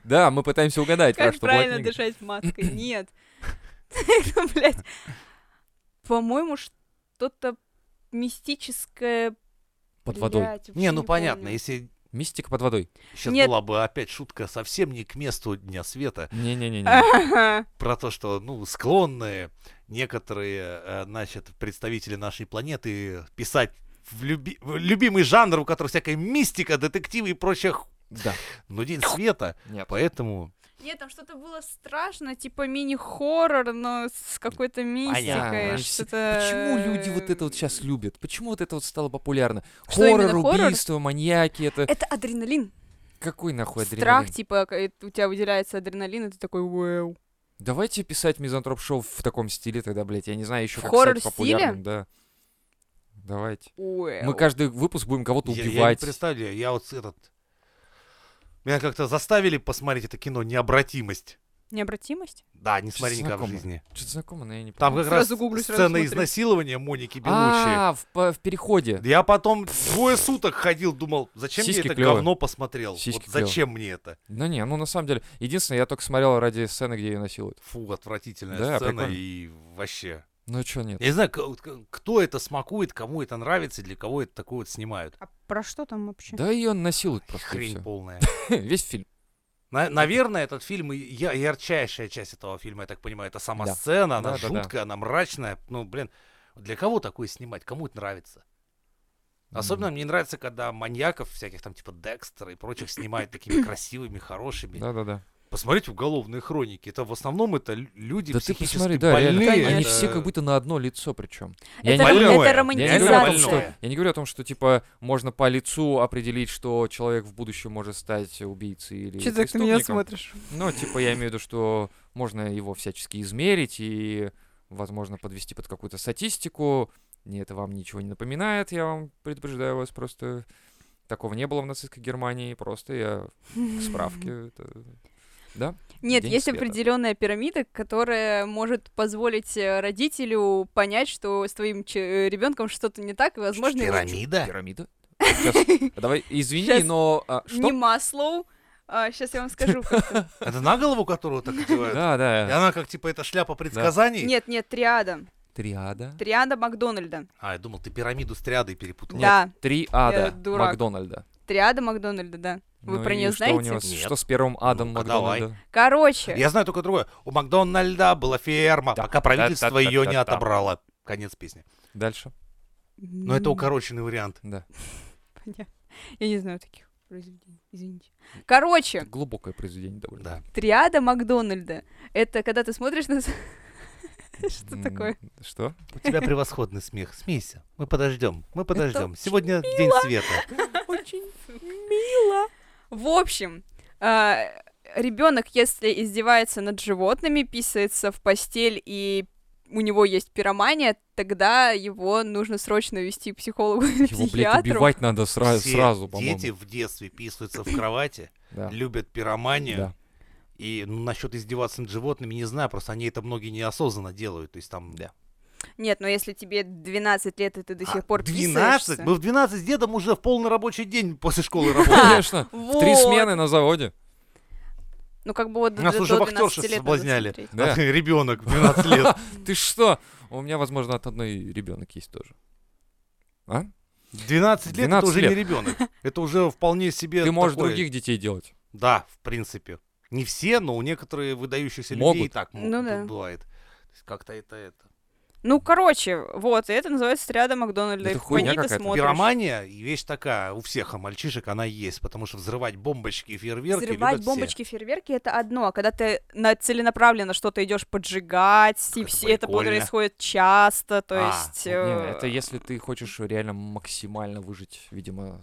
[SPEAKER 3] Да, мы пытаемся угадать, про
[SPEAKER 2] Как
[SPEAKER 3] что была
[SPEAKER 2] правильно
[SPEAKER 3] книга.
[SPEAKER 2] дышать маской? Нет. Ну, блядь. По-моему, что-то мистическое.
[SPEAKER 3] Под водой.
[SPEAKER 2] блядь, вообще
[SPEAKER 1] Не, ну понятно,
[SPEAKER 2] помню.
[SPEAKER 1] если
[SPEAKER 3] Мистика под водой.
[SPEAKER 1] сейчас
[SPEAKER 2] Нет.
[SPEAKER 1] была бы опять шутка совсем не к месту Дня Света,
[SPEAKER 3] Не-не-не.
[SPEAKER 2] А. Ага.
[SPEAKER 1] про то, что, ну, склонные некоторые, э, значит, представители нашей планеты писать в, люби- в любимый жанр, у которого всякая мистика, детективы и прочих,
[SPEAKER 3] Да.
[SPEAKER 1] ну, День Света,
[SPEAKER 3] Нет.
[SPEAKER 1] поэтому...
[SPEAKER 2] Нет, там что-то было страшно, типа мини-хоррор, но с какой-то мистикой.
[SPEAKER 3] Понятно.
[SPEAKER 2] что-то...
[SPEAKER 3] Почему люди вот это вот сейчас любят? Почему вот это вот стало популярно?
[SPEAKER 2] Что,
[SPEAKER 3] хоррор,
[SPEAKER 2] именно хоррор?
[SPEAKER 3] убийство, маньяки, это...
[SPEAKER 2] Это адреналин.
[SPEAKER 3] Какой нахуй адреналин?
[SPEAKER 2] Страх, типа, к- э, у тебя выделяется адреналин, и ты такой, вау.
[SPEAKER 3] Давайте писать мизантроп-шоу в таком стиле тогда, блядь. Я не знаю еще,
[SPEAKER 2] В
[SPEAKER 3] как стать
[SPEAKER 2] хоррор-стиле? Э,
[SPEAKER 3] популярным. Да. Давайте.
[SPEAKER 2] Вау.
[SPEAKER 3] Мы каждый выпуск будем кого-то
[SPEAKER 1] Я- Я, не
[SPEAKER 3] убивать.
[SPEAKER 1] представляю, я вот с этот... Меня как-то заставили посмотреть это кино «Необратимость».
[SPEAKER 2] Необратимость?
[SPEAKER 1] Да, не смотри
[SPEAKER 3] Что-то
[SPEAKER 1] никогда в
[SPEAKER 3] знакомое.
[SPEAKER 1] жизни.
[SPEAKER 3] Что-то знакомо, но я не
[SPEAKER 1] Там
[SPEAKER 3] помню.
[SPEAKER 1] как
[SPEAKER 2] Сразу
[SPEAKER 1] раз
[SPEAKER 2] гуглю, сразу
[SPEAKER 1] сцена
[SPEAKER 2] смотрю.
[SPEAKER 1] изнасилования Моники Белучи.
[SPEAKER 3] А, в, по- в переходе.
[SPEAKER 1] Я потом двое суток ходил, думал, зачем я
[SPEAKER 3] Сиськи
[SPEAKER 1] это
[SPEAKER 3] клёвые.
[SPEAKER 1] говно посмотрел? Вот
[SPEAKER 3] Сиськи
[SPEAKER 1] зачем мне это?
[SPEAKER 3] Да не, ну на самом деле. Единственное, я только смотрел ради сцены, где ее насилуют.
[SPEAKER 1] Фу, отвратительная
[SPEAKER 3] Да,
[SPEAKER 1] сцена
[SPEAKER 3] прикольно.
[SPEAKER 1] и вообще.
[SPEAKER 3] Ну что нет?
[SPEAKER 1] Я не знаю, к- к- кто это смакует, кому это нравится, и для кого это такое вот снимают.
[SPEAKER 2] А про что там вообще?
[SPEAKER 3] Да ее насилуют просто и
[SPEAKER 1] Хрень
[SPEAKER 3] все.
[SPEAKER 1] полная.
[SPEAKER 3] Весь фильм.
[SPEAKER 1] На- наверное, этот фильм, и я, ярчайшая часть этого фильма, я так понимаю, это сама
[SPEAKER 3] Да.
[SPEAKER 1] сцена, она
[SPEAKER 3] Да-да-да.
[SPEAKER 1] жуткая, она мрачная. Ну, блин, для кого такое снимать? Кому это нравится? Особенно
[SPEAKER 3] М,
[SPEAKER 1] мне нравится, когда маньяков всяких там типа Декстера и прочих снимают такими красивыми, хорошими.
[SPEAKER 3] Да-да-да.
[SPEAKER 1] Посмотрите уголовные хроники. Это в основном это лю- люди
[SPEAKER 3] Да ты
[SPEAKER 1] психически
[SPEAKER 3] посмотри, да, реально.
[SPEAKER 1] больные.
[SPEAKER 3] Они
[SPEAKER 2] Конечно.
[SPEAKER 3] все как будто на одно лицо причем.
[SPEAKER 1] не-
[SPEAKER 2] Это, ром-
[SPEAKER 1] Больное.
[SPEAKER 2] это
[SPEAKER 3] Я не говорю о том,
[SPEAKER 1] Реально больное.
[SPEAKER 2] романтизация.
[SPEAKER 3] что, я не говорю о том, что типа можно по лицу определить, что человек в будущем может стать убийцей или
[SPEAKER 2] Че ты так на
[SPEAKER 3] преступником.
[SPEAKER 2] меня смотришь?
[SPEAKER 3] Но типа я имею в виду, что можно его всячески измерить и, возможно, подвести под какую-то статистику. Мне это вам ничего не напоминает, я вам предупреждаю вас просто. Такого не было в нацистской Германии, просто я к справке. это- Да?
[SPEAKER 2] Нет,
[SPEAKER 3] День
[SPEAKER 2] есть
[SPEAKER 3] света.
[SPEAKER 2] определенная пирамида, которая может позволить э, родителю понять, что с твоим ребенком что-то не так, и, возможно, его-
[SPEAKER 1] Пирамида?
[SPEAKER 3] Пирамида? Сейчас, Давай, извини,
[SPEAKER 2] Щас.
[SPEAKER 3] но... а, что?
[SPEAKER 2] не Маслоу, сейчас я вам скажу. как там.
[SPEAKER 1] Это на голову которого так одевают?
[SPEAKER 3] Да,
[SPEAKER 1] И
[SPEAKER 3] да.
[SPEAKER 1] она как, типа, это шляпа предсказаний?
[SPEAKER 2] Нет, нет, триада.
[SPEAKER 3] Триада.
[SPEAKER 2] Триада Макдональда.
[SPEAKER 1] А, я думал, ты пирамиду с триадой перепутал.
[SPEAKER 2] Да,
[SPEAKER 3] Триада
[SPEAKER 2] Я дурак.
[SPEAKER 3] Макдональда.
[SPEAKER 2] триада Макдональда, да. Вы
[SPEAKER 3] Ну
[SPEAKER 2] про
[SPEAKER 3] и
[SPEAKER 2] нее
[SPEAKER 3] Что, у
[SPEAKER 2] знаете?
[SPEAKER 3] него,
[SPEAKER 1] Нет.
[SPEAKER 3] с- что с первым Адом
[SPEAKER 1] Ну-ка, давай.
[SPEAKER 3] Макдональда?
[SPEAKER 2] Короче,
[SPEAKER 1] Я знаю только другое. У Макдональда была ферма,
[SPEAKER 3] Да.
[SPEAKER 1] пока правительство
[SPEAKER 3] Та-та-та-та-та.
[SPEAKER 1] ее не отобрало. Конец песни.
[SPEAKER 3] Дальше.
[SPEAKER 1] Но это укороченный вариант.
[SPEAKER 3] Да.
[SPEAKER 2] Понятно. Я не знаю таких произведений, извините. Короче,
[SPEAKER 3] Это глубокое произведение довольно.
[SPEAKER 1] Да.
[SPEAKER 2] триада Макдональда. Это когда ты смотришь на... с- Что
[SPEAKER 3] М,
[SPEAKER 2] такое?
[SPEAKER 3] Что?
[SPEAKER 1] У тебя превосходный смех. Смейся. Мы подождем. Мы подождем. Сегодня день света.
[SPEAKER 2] Очень мило. В общем, а, ребенок, если издевается над животными, писается в постель и у него есть пиромания, тогда его нужно срочно вести к психологу или
[SPEAKER 3] Его, блядь,
[SPEAKER 2] психиатру.
[SPEAKER 3] убивать надо сра-
[SPEAKER 1] Все
[SPEAKER 3] сразу,
[SPEAKER 1] дети
[SPEAKER 3] по-моему.
[SPEAKER 1] в детстве писаются в кровати,
[SPEAKER 3] Да.
[SPEAKER 1] любят пироманию.
[SPEAKER 3] Да.
[SPEAKER 1] И ну, насчет издеваться над животными не знаю, просто они это многие неосознанно делают. То есть там...
[SPEAKER 2] Нет, но если тебе 12 лет, и ты до
[SPEAKER 1] А,
[SPEAKER 2] сих пор
[SPEAKER 1] 12?
[SPEAKER 2] писаешься-
[SPEAKER 1] Мы в 12 с дедом уже в полный рабочий день после школы работаем.
[SPEAKER 3] Конечно. В три
[SPEAKER 2] Вот.
[SPEAKER 3] смены на заводе.
[SPEAKER 2] Ну, как бы вот до,
[SPEAKER 1] Нас
[SPEAKER 2] до-
[SPEAKER 1] уже
[SPEAKER 2] до
[SPEAKER 1] вахтерши
[SPEAKER 2] 12 лет надо
[SPEAKER 1] соблазняли.
[SPEAKER 2] смотреть.
[SPEAKER 3] Да.
[SPEAKER 1] Ребенок, 12 лет.
[SPEAKER 3] Ты что? У меня, возможно, от одной ребенок есть тоже. А?
[SPEAKER 1] 12 лет это
[SPEAKER 3] 12
[SPEAKER 1] уже
[SPEAKER 3] лет.
[SPEAKER 1] не ребенок. Это уже вполне себе.
[SPEAKER 3] Ты можешь
[SPEAKER 1] такое-
[SPEAKER 3] других детей делать.
[SPEAKER 1] Да, в принципе. Не все, но у некоторых выдающихся людей
[SPEAKER 3] Могут.
[SPEAKER 1] и так мо-
[SPEAKER 2] Ну да.
[SPEAKER 1] бывает. То есть Как-то это это.
[SPEAKER 2] Ну, короче, вот, и это называется триада Макдональда.
[SPEAKER 3] Это
[SPEAKER 2] и по
[SPEAKER 3] хуйня
[SPEAKER 2] ней ты
[SPEAKER 3] какая-то.
[SPEAKER 2] смотришь.
[SPEAKER 1] Пиромания и вещь такая у всех, а мальчишек она есть, потому что взрывать бомбочки и фейерверки
[SPEAKER 2] Взрывать
[SPEAKER 1] любят все.
[SPEAKER 2] бомбочки, фейерверки это одно, а когда ты на целенаправленно что-то идешь поджигать, и
[SPEAKER 1] это
[SPEAKER 2] все это
[SPEAKER 1] прикольно.
[SPEAKER 2] происходит часто, то
[SPEAKER 1] А,
[SPEAKER 2] есть.
[SPEAKER 3] Не,
[SPEAKER 2] э,
[SPEAKER 3] это если ты хочешь реально максимально выжить, видимо,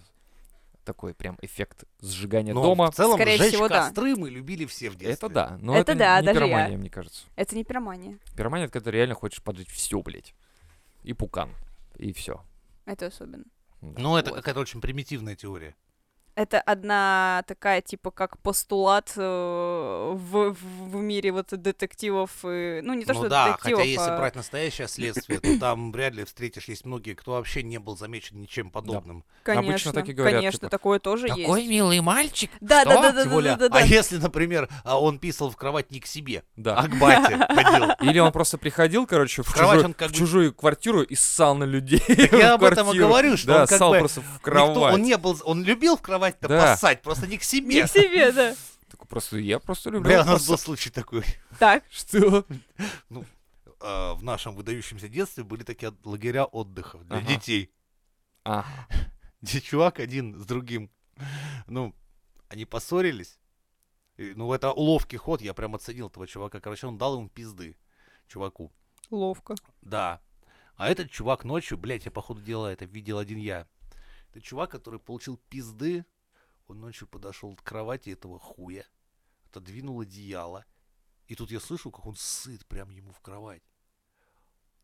[SPEAKER 3] такой прям эффект сжигания
[SPEAKER 1] Но
[SPEAKER 3] дома.
[SPEAKER 1] в целом
[SPEAKER 2] Скорее
[SPEAKER 1] жечь
[SPEAKER 2] всего, да.
[SPEAKER 1] костры мы любили все в детстве.
[SPEAKER 3] Это да. Но
[SPEAKER 2] Это
[SPEAKER 3] это,
[SPEAKER 2] да,
[SPEAKER 3] не
[SPEAKER 2] даже я.
[SPEAKER 3] пиромания, мне кажется.
[SPEAKER 2] это не пиромания.
[SPEAKER 3] Пиромания, это когда ты реально хочешь поджечь все, блядь. И пукан. И все.
[SPEAKER 2] Это особенно. Ну,
[SPEAKER 1] Но Ну, это какая-то очень примитивная теория.
[SPEAKER 2] Это одна такая, типа, как постулат э, в, в- в мире вот детективов. и- Ну, не то,
[SPEAKER 1] ну
[SPEAKER 2] что
[SPEAKER 1] да,
[SPEAKER 2] детективов,
[SPEAKER 1] хотя если
[SPEAKER 2] а-
[SPEAKER 1] брать настоящее следствие, то там вряд ли встретишь, есть многие, кто вообще не был замечен ничем подобным.
[SPEAKER 2] конечно,
[SPEAKER 3] Обычно так и говорят,
[SPEAKER 2] конечно,
[SPEAKER 3] типа,
[SPEAKER 2] такое тоже есть.
[SPEAKER 3] милый мальчик.
[SPEAKER 2] Да, да, да, да,
[SPEAKER 1] Тем
[SPEAKER 2] да,
[SPEAKER 1] более,
[SPEAKER 2] да, да, да.
[SPEAKER 1] а если, например, а он писал в кровать не к себе, а
[SPEAKER 3] Да.
[SPEAKER 1] к бате ходил,
[SPEAKER 3] Или он просто приходил, короче, в,
[SPEAKER 1] Кровать
[SPEAKER 3] чужую,
[SPEAKER 1] он как
[SPEAKER 3] в
[SPEAKER 1] бы-
[SPEAKER 3] чужую квартиру и ссал на людей.
[SPEAKER 1] я
[SPEAKER 3] в
[SPEAKER 1] об этом и
[SPEAKER 3] квартиру.
[SPEAKER 1] говорю, что
[SPEAKER 3] да,
[SPEAKER 1] он как
[SPEAKER 3] ссал
[SPEAKER 1] бы
[SPEAKER 3] просто в
[SPEAKER 1] Никто-
[SPEAKER 3] кровать.
[SPEAKER 1] он не был, он любил в кровать-то
[SPEAKER 3] Да.
[SPEAKER 1] поссать, просто не к
[SPEAKER 2] Не
[SPEAKER 1] себе.
[SPEAKER 2] к себе, да.
[SPEAKER 3] Такой просто, я просто люблю.
[SPEAKER 1] Бля, у нас
[SPEAKER 3] посса-
[SPEAKER 1] был случай такой.
[SPEAKER 2] Так,
[SPEAKER 3] Что?
[SPEAKER 1] А, В нашем выдающемся детстве были такие лагеря отдыха для
[SPEAKER 3] Ага.
[SPEAKER 1] детей,
[SPEAKER 3] А,
[SPEAKER 1] где чувак один с другим, ну, они поссорились. И, Ну, это ловкий ход, я прям оценил этого чувака. Короче, он дал ему пизды, чуваку.
[SPEAKER 2] ловко.
[SPEAKER 1] Да. А этот чувак ночью, блядь, я походу дела это видел один я. Это чувак, который получил пизды, он ночью подошел к кровати этого хуя, отодвинул одеяло, и тут я слышу, как он сыт прям ему в кровать.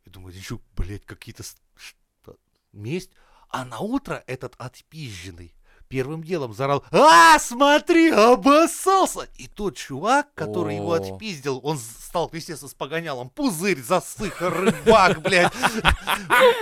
[SPEAKER 1] И думаю, это что, блядь, какие-то с- что- месть. А на утро этот отпизженный первым делом заорал «А, смотри, обоссался!» И тот чувак, который его
[SPEAKER 3] О.
[SPEAKER 1] отпиздил, он с- стал, естественно, с погонялом. Пузырь, засыха, рыбак, блядь,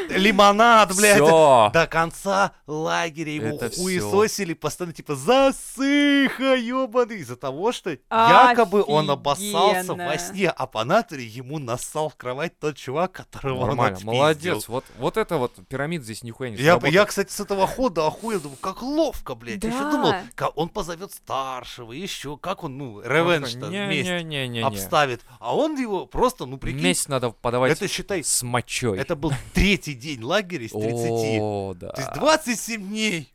[SPEAKER 1] лимонад, блядь.
[SPEAKER 3] Всё.
[SPEAKER 1] До конца лагеря его
[SPEAKER 3] Это всё.
[SPEAKER 1] хуесосили постоянно, типа, засыха, ебаный, из-за того, что якобы он обоссался во
[SPEAKER 2] Офигенно.
[SPEAKER 1] сне, а по натуре ему нассал в кровать тот чувак, которого он
[SPEAKER 3] Нормально,
[SPEAKER 1] отпиздил.
[SPEAKER 3] молодец. Вот, вот это вот пирамид здесь нихуя не
[SPEAKER 1] Я, бы- я,
[SPEAKER 3] сработает.
[SPEAKER 1] кстати, с этого хода охуел, думаю, как ловко, блядь. Я ещё думал,
[SPEAKER 2] Да.
[SPEAKER 1] ка- он позовет старшего, еще, как он, ну,
[SPEAKER 3] Он
[SPEAKER 1] ревенш
[SPEAKER 3] такой,
[SPEAKER 1] то месть
[SPEAKER 3] Не-не-не-не.
[SPEAKER 1] обставит. А он его просто, ну, прикинь,
[SPEAKER 3] Месть надо подавать
[SPEAKER 1] это, считай,
[SPEAKER 3] с мочой.
[SPEAKER 1] это был третий день лагеря из 30.
[SPEAKER 3] О, да.
[SPEAKER 1] То есть 27 дней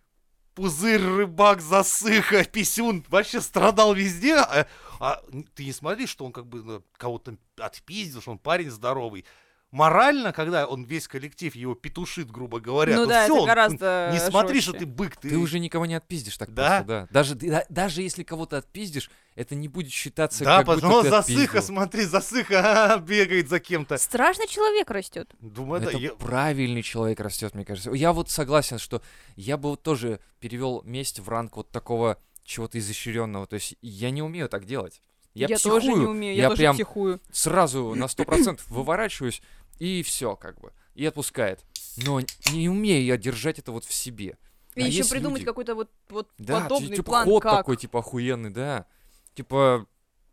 [SPEAKER 1] пузырь, рыбак, засыха, писюн вообще страдал везде. А, а н- ты не смотри, что он как бы ну, кого-то отпиздил, что он парень здоровый. Морально, когда он весь коллектив его петушит, грубо говоря,
[SPEAKER 2] Ну
[SPEAKER 1] то
[SPEAKER 2] да,
[SPEAKER 1] всё,
[SPEAKER 2] это
[SPEAKER 1] он-
[SPEAKER 2] гораздо
[SPEAKER 1] Не смотри, что
[SPEAKER 2] жёстче.
[SPEAKER 1] ты бык, ты,
[SPEAKER 3] Ты уже никого не отпиздишь так
[SPEAKER 1] Да?
[SPEAKER 3] просто, да. Даже, да- даже если кого-то отпиздишь, это не будет считаться
[SPEAKER 1] Да,
[SPEAKER 3] как будто
[SPEAKER 1] потому
[SPEAKER 3] ты
[SPEAKER 1] засыха,
[SPEAKER 3] отпиздил.
[SPEAKER 1] смотри, засыха бегает за кем-то.
[SPEAKER 2] Страшный человек растет.
[SPEAKER 1] Думаю,
[SPEAKER 3] это
[SPEAKER 1] да, я-
[SPEAKER 3] правильный человек растет, мне кажется. Я вот согласен, что я бы вот тоже перевел месть в ранг вот такого чего-то изощренного. То есть я не умею так делать. Я, психую,
[SPEAKER 2] тоже не умею, я,
[SPEAKER 3] я
[SPEAKER 2] тоже
[SPEAKER 3] прям
[SPEAKER 2] психую.
[SPEAKER 3] сразу на 100% выворачиваюсь, и все как бы. И отпускает. Но не умею я держать это вот в себе.
[SPEAKER 2] И
[SPEAKER 3] А
[SPEAKER 2] еще
[SPEAKER 3] есть
[SPEAKER 2] придумать
[SPEAKER 3] люди-
[SPEAKER 2] какой-то вот, вот
[SPEAKER 3] Да,
[SPEAKER 2] подобный
[SPEAKER 3] типа
[SPEAKER 2] план,
[SPEAKER 3] ход
[SPEAKER 2] как.
[SPEAKER 3] такой, типа, охуенный, да. Типа,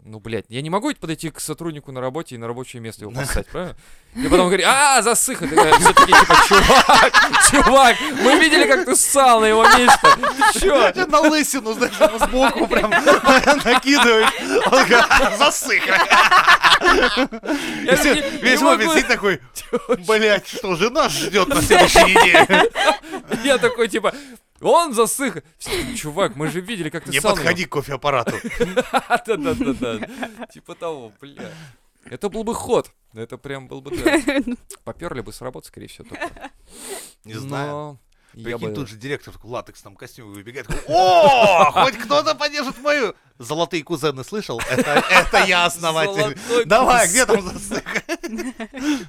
[SPEAKER 3] ну, блядь, я не могу ведь подойти к сотруднику на работе и на рабочее место его поставить, правильно? И потом говорит, а, засыха, все таки типа, чувак, чувак, мы видели, как ты ссал на его место, ты чё?
[SPEAKER 1] Я на лысину, знаешь, ему сбоку прям накидывает. Он говорит, «А, засыха.
[SPEAKER 3] Я
[SPEAKER 1] Всё,
[SPEAKER 3] же не-
[SPEAKER 1] Весь
[SPEAKER 3] не
[SPEAKER 1] офис
[SPEAKER 3] могу.
[SPEAKER 1] сидит такой, блять, что, жена ждет на следующей неделе?
[SPEAKER 3] Я такой, типа, он засыха. Всё, Чувак, мы же видели, как ты
[SPEAKER 1] Не
[SPEAKER 3] ссал на его
[SPEAKER 1] подходи к кофеаппарату.
[SPEAKER 3] Да-да-да-да. Типа того, бля. Это был бы ход. Это прям был бы, да.
[SPEAKER 2] Ну,
[SPEAKER 3] Поперли бы с работы, скорее всего. только.
[SPEAKER 1] Не знаю.
[SPEAKER 3] Но я
[SPEAKER 1] Прикинь,
[SPEAKER 3] бы-
[SPEAKER 1] тут же директор в латексном костюме выбегает. такой, О, хоть кто-то поддержит мою. Золотые кузены слышал? Это, это я основатель.
[SPEAKER 3] Золотой
[SPEAKER 1] Давай, где
[SPEAKER 3] кузен.
[SPEAKER 1] там засыха?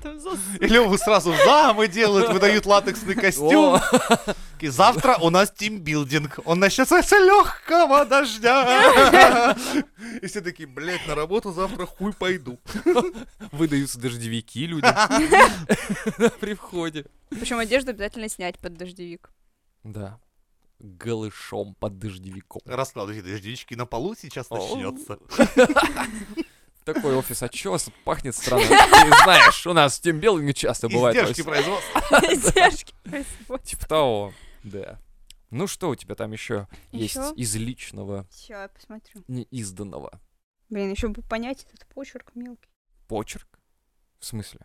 [SPEAKER 2] Там зас-
[SPEAKER 1] И Леву сразу замы делают, выдают латексный костюм.
[SPEAKER 3] О,
[SPEAKER 1] И завтра у нас тимбилдинг. Он начнется с легкого дождя. И все такие, блядь, на работу завтра хуй пойду.
[SPEAKER 3] Выдаются дождевики людям при входе.
[SPEAKER 2] Причем одежду обязательно снять под дождевик.
[SPEAKER 3] Да. Голышом под дождевиком.
[SPEAKER 1] Расклад эти дождевички на полу сейчас
[SPEAKER 3] О.
[SPEAKER 1] начнется.
[SPEAKER 3] Такой офис а отчес, пахнет странно. Ты знаешь, у нас в тимбилдинге часто бывает.
[SPEAKER 1] Издержки производства.
[SPEAKER 2] Издержки происходят.
[SPEAKER 3] Типа того. Да. Ну что у тебя там еще есть
[SPEAKER 2] Ещё?
[SPEAKER 3] из личного,
[SPEAKER 2] Сейчас я посмотрю.
[SPEAKER 3] неизданного?
[SPEAKER 2] Блин, еще бы понять этот почерк мелкий.
[SPEAKER 3] Почерк? В смысле?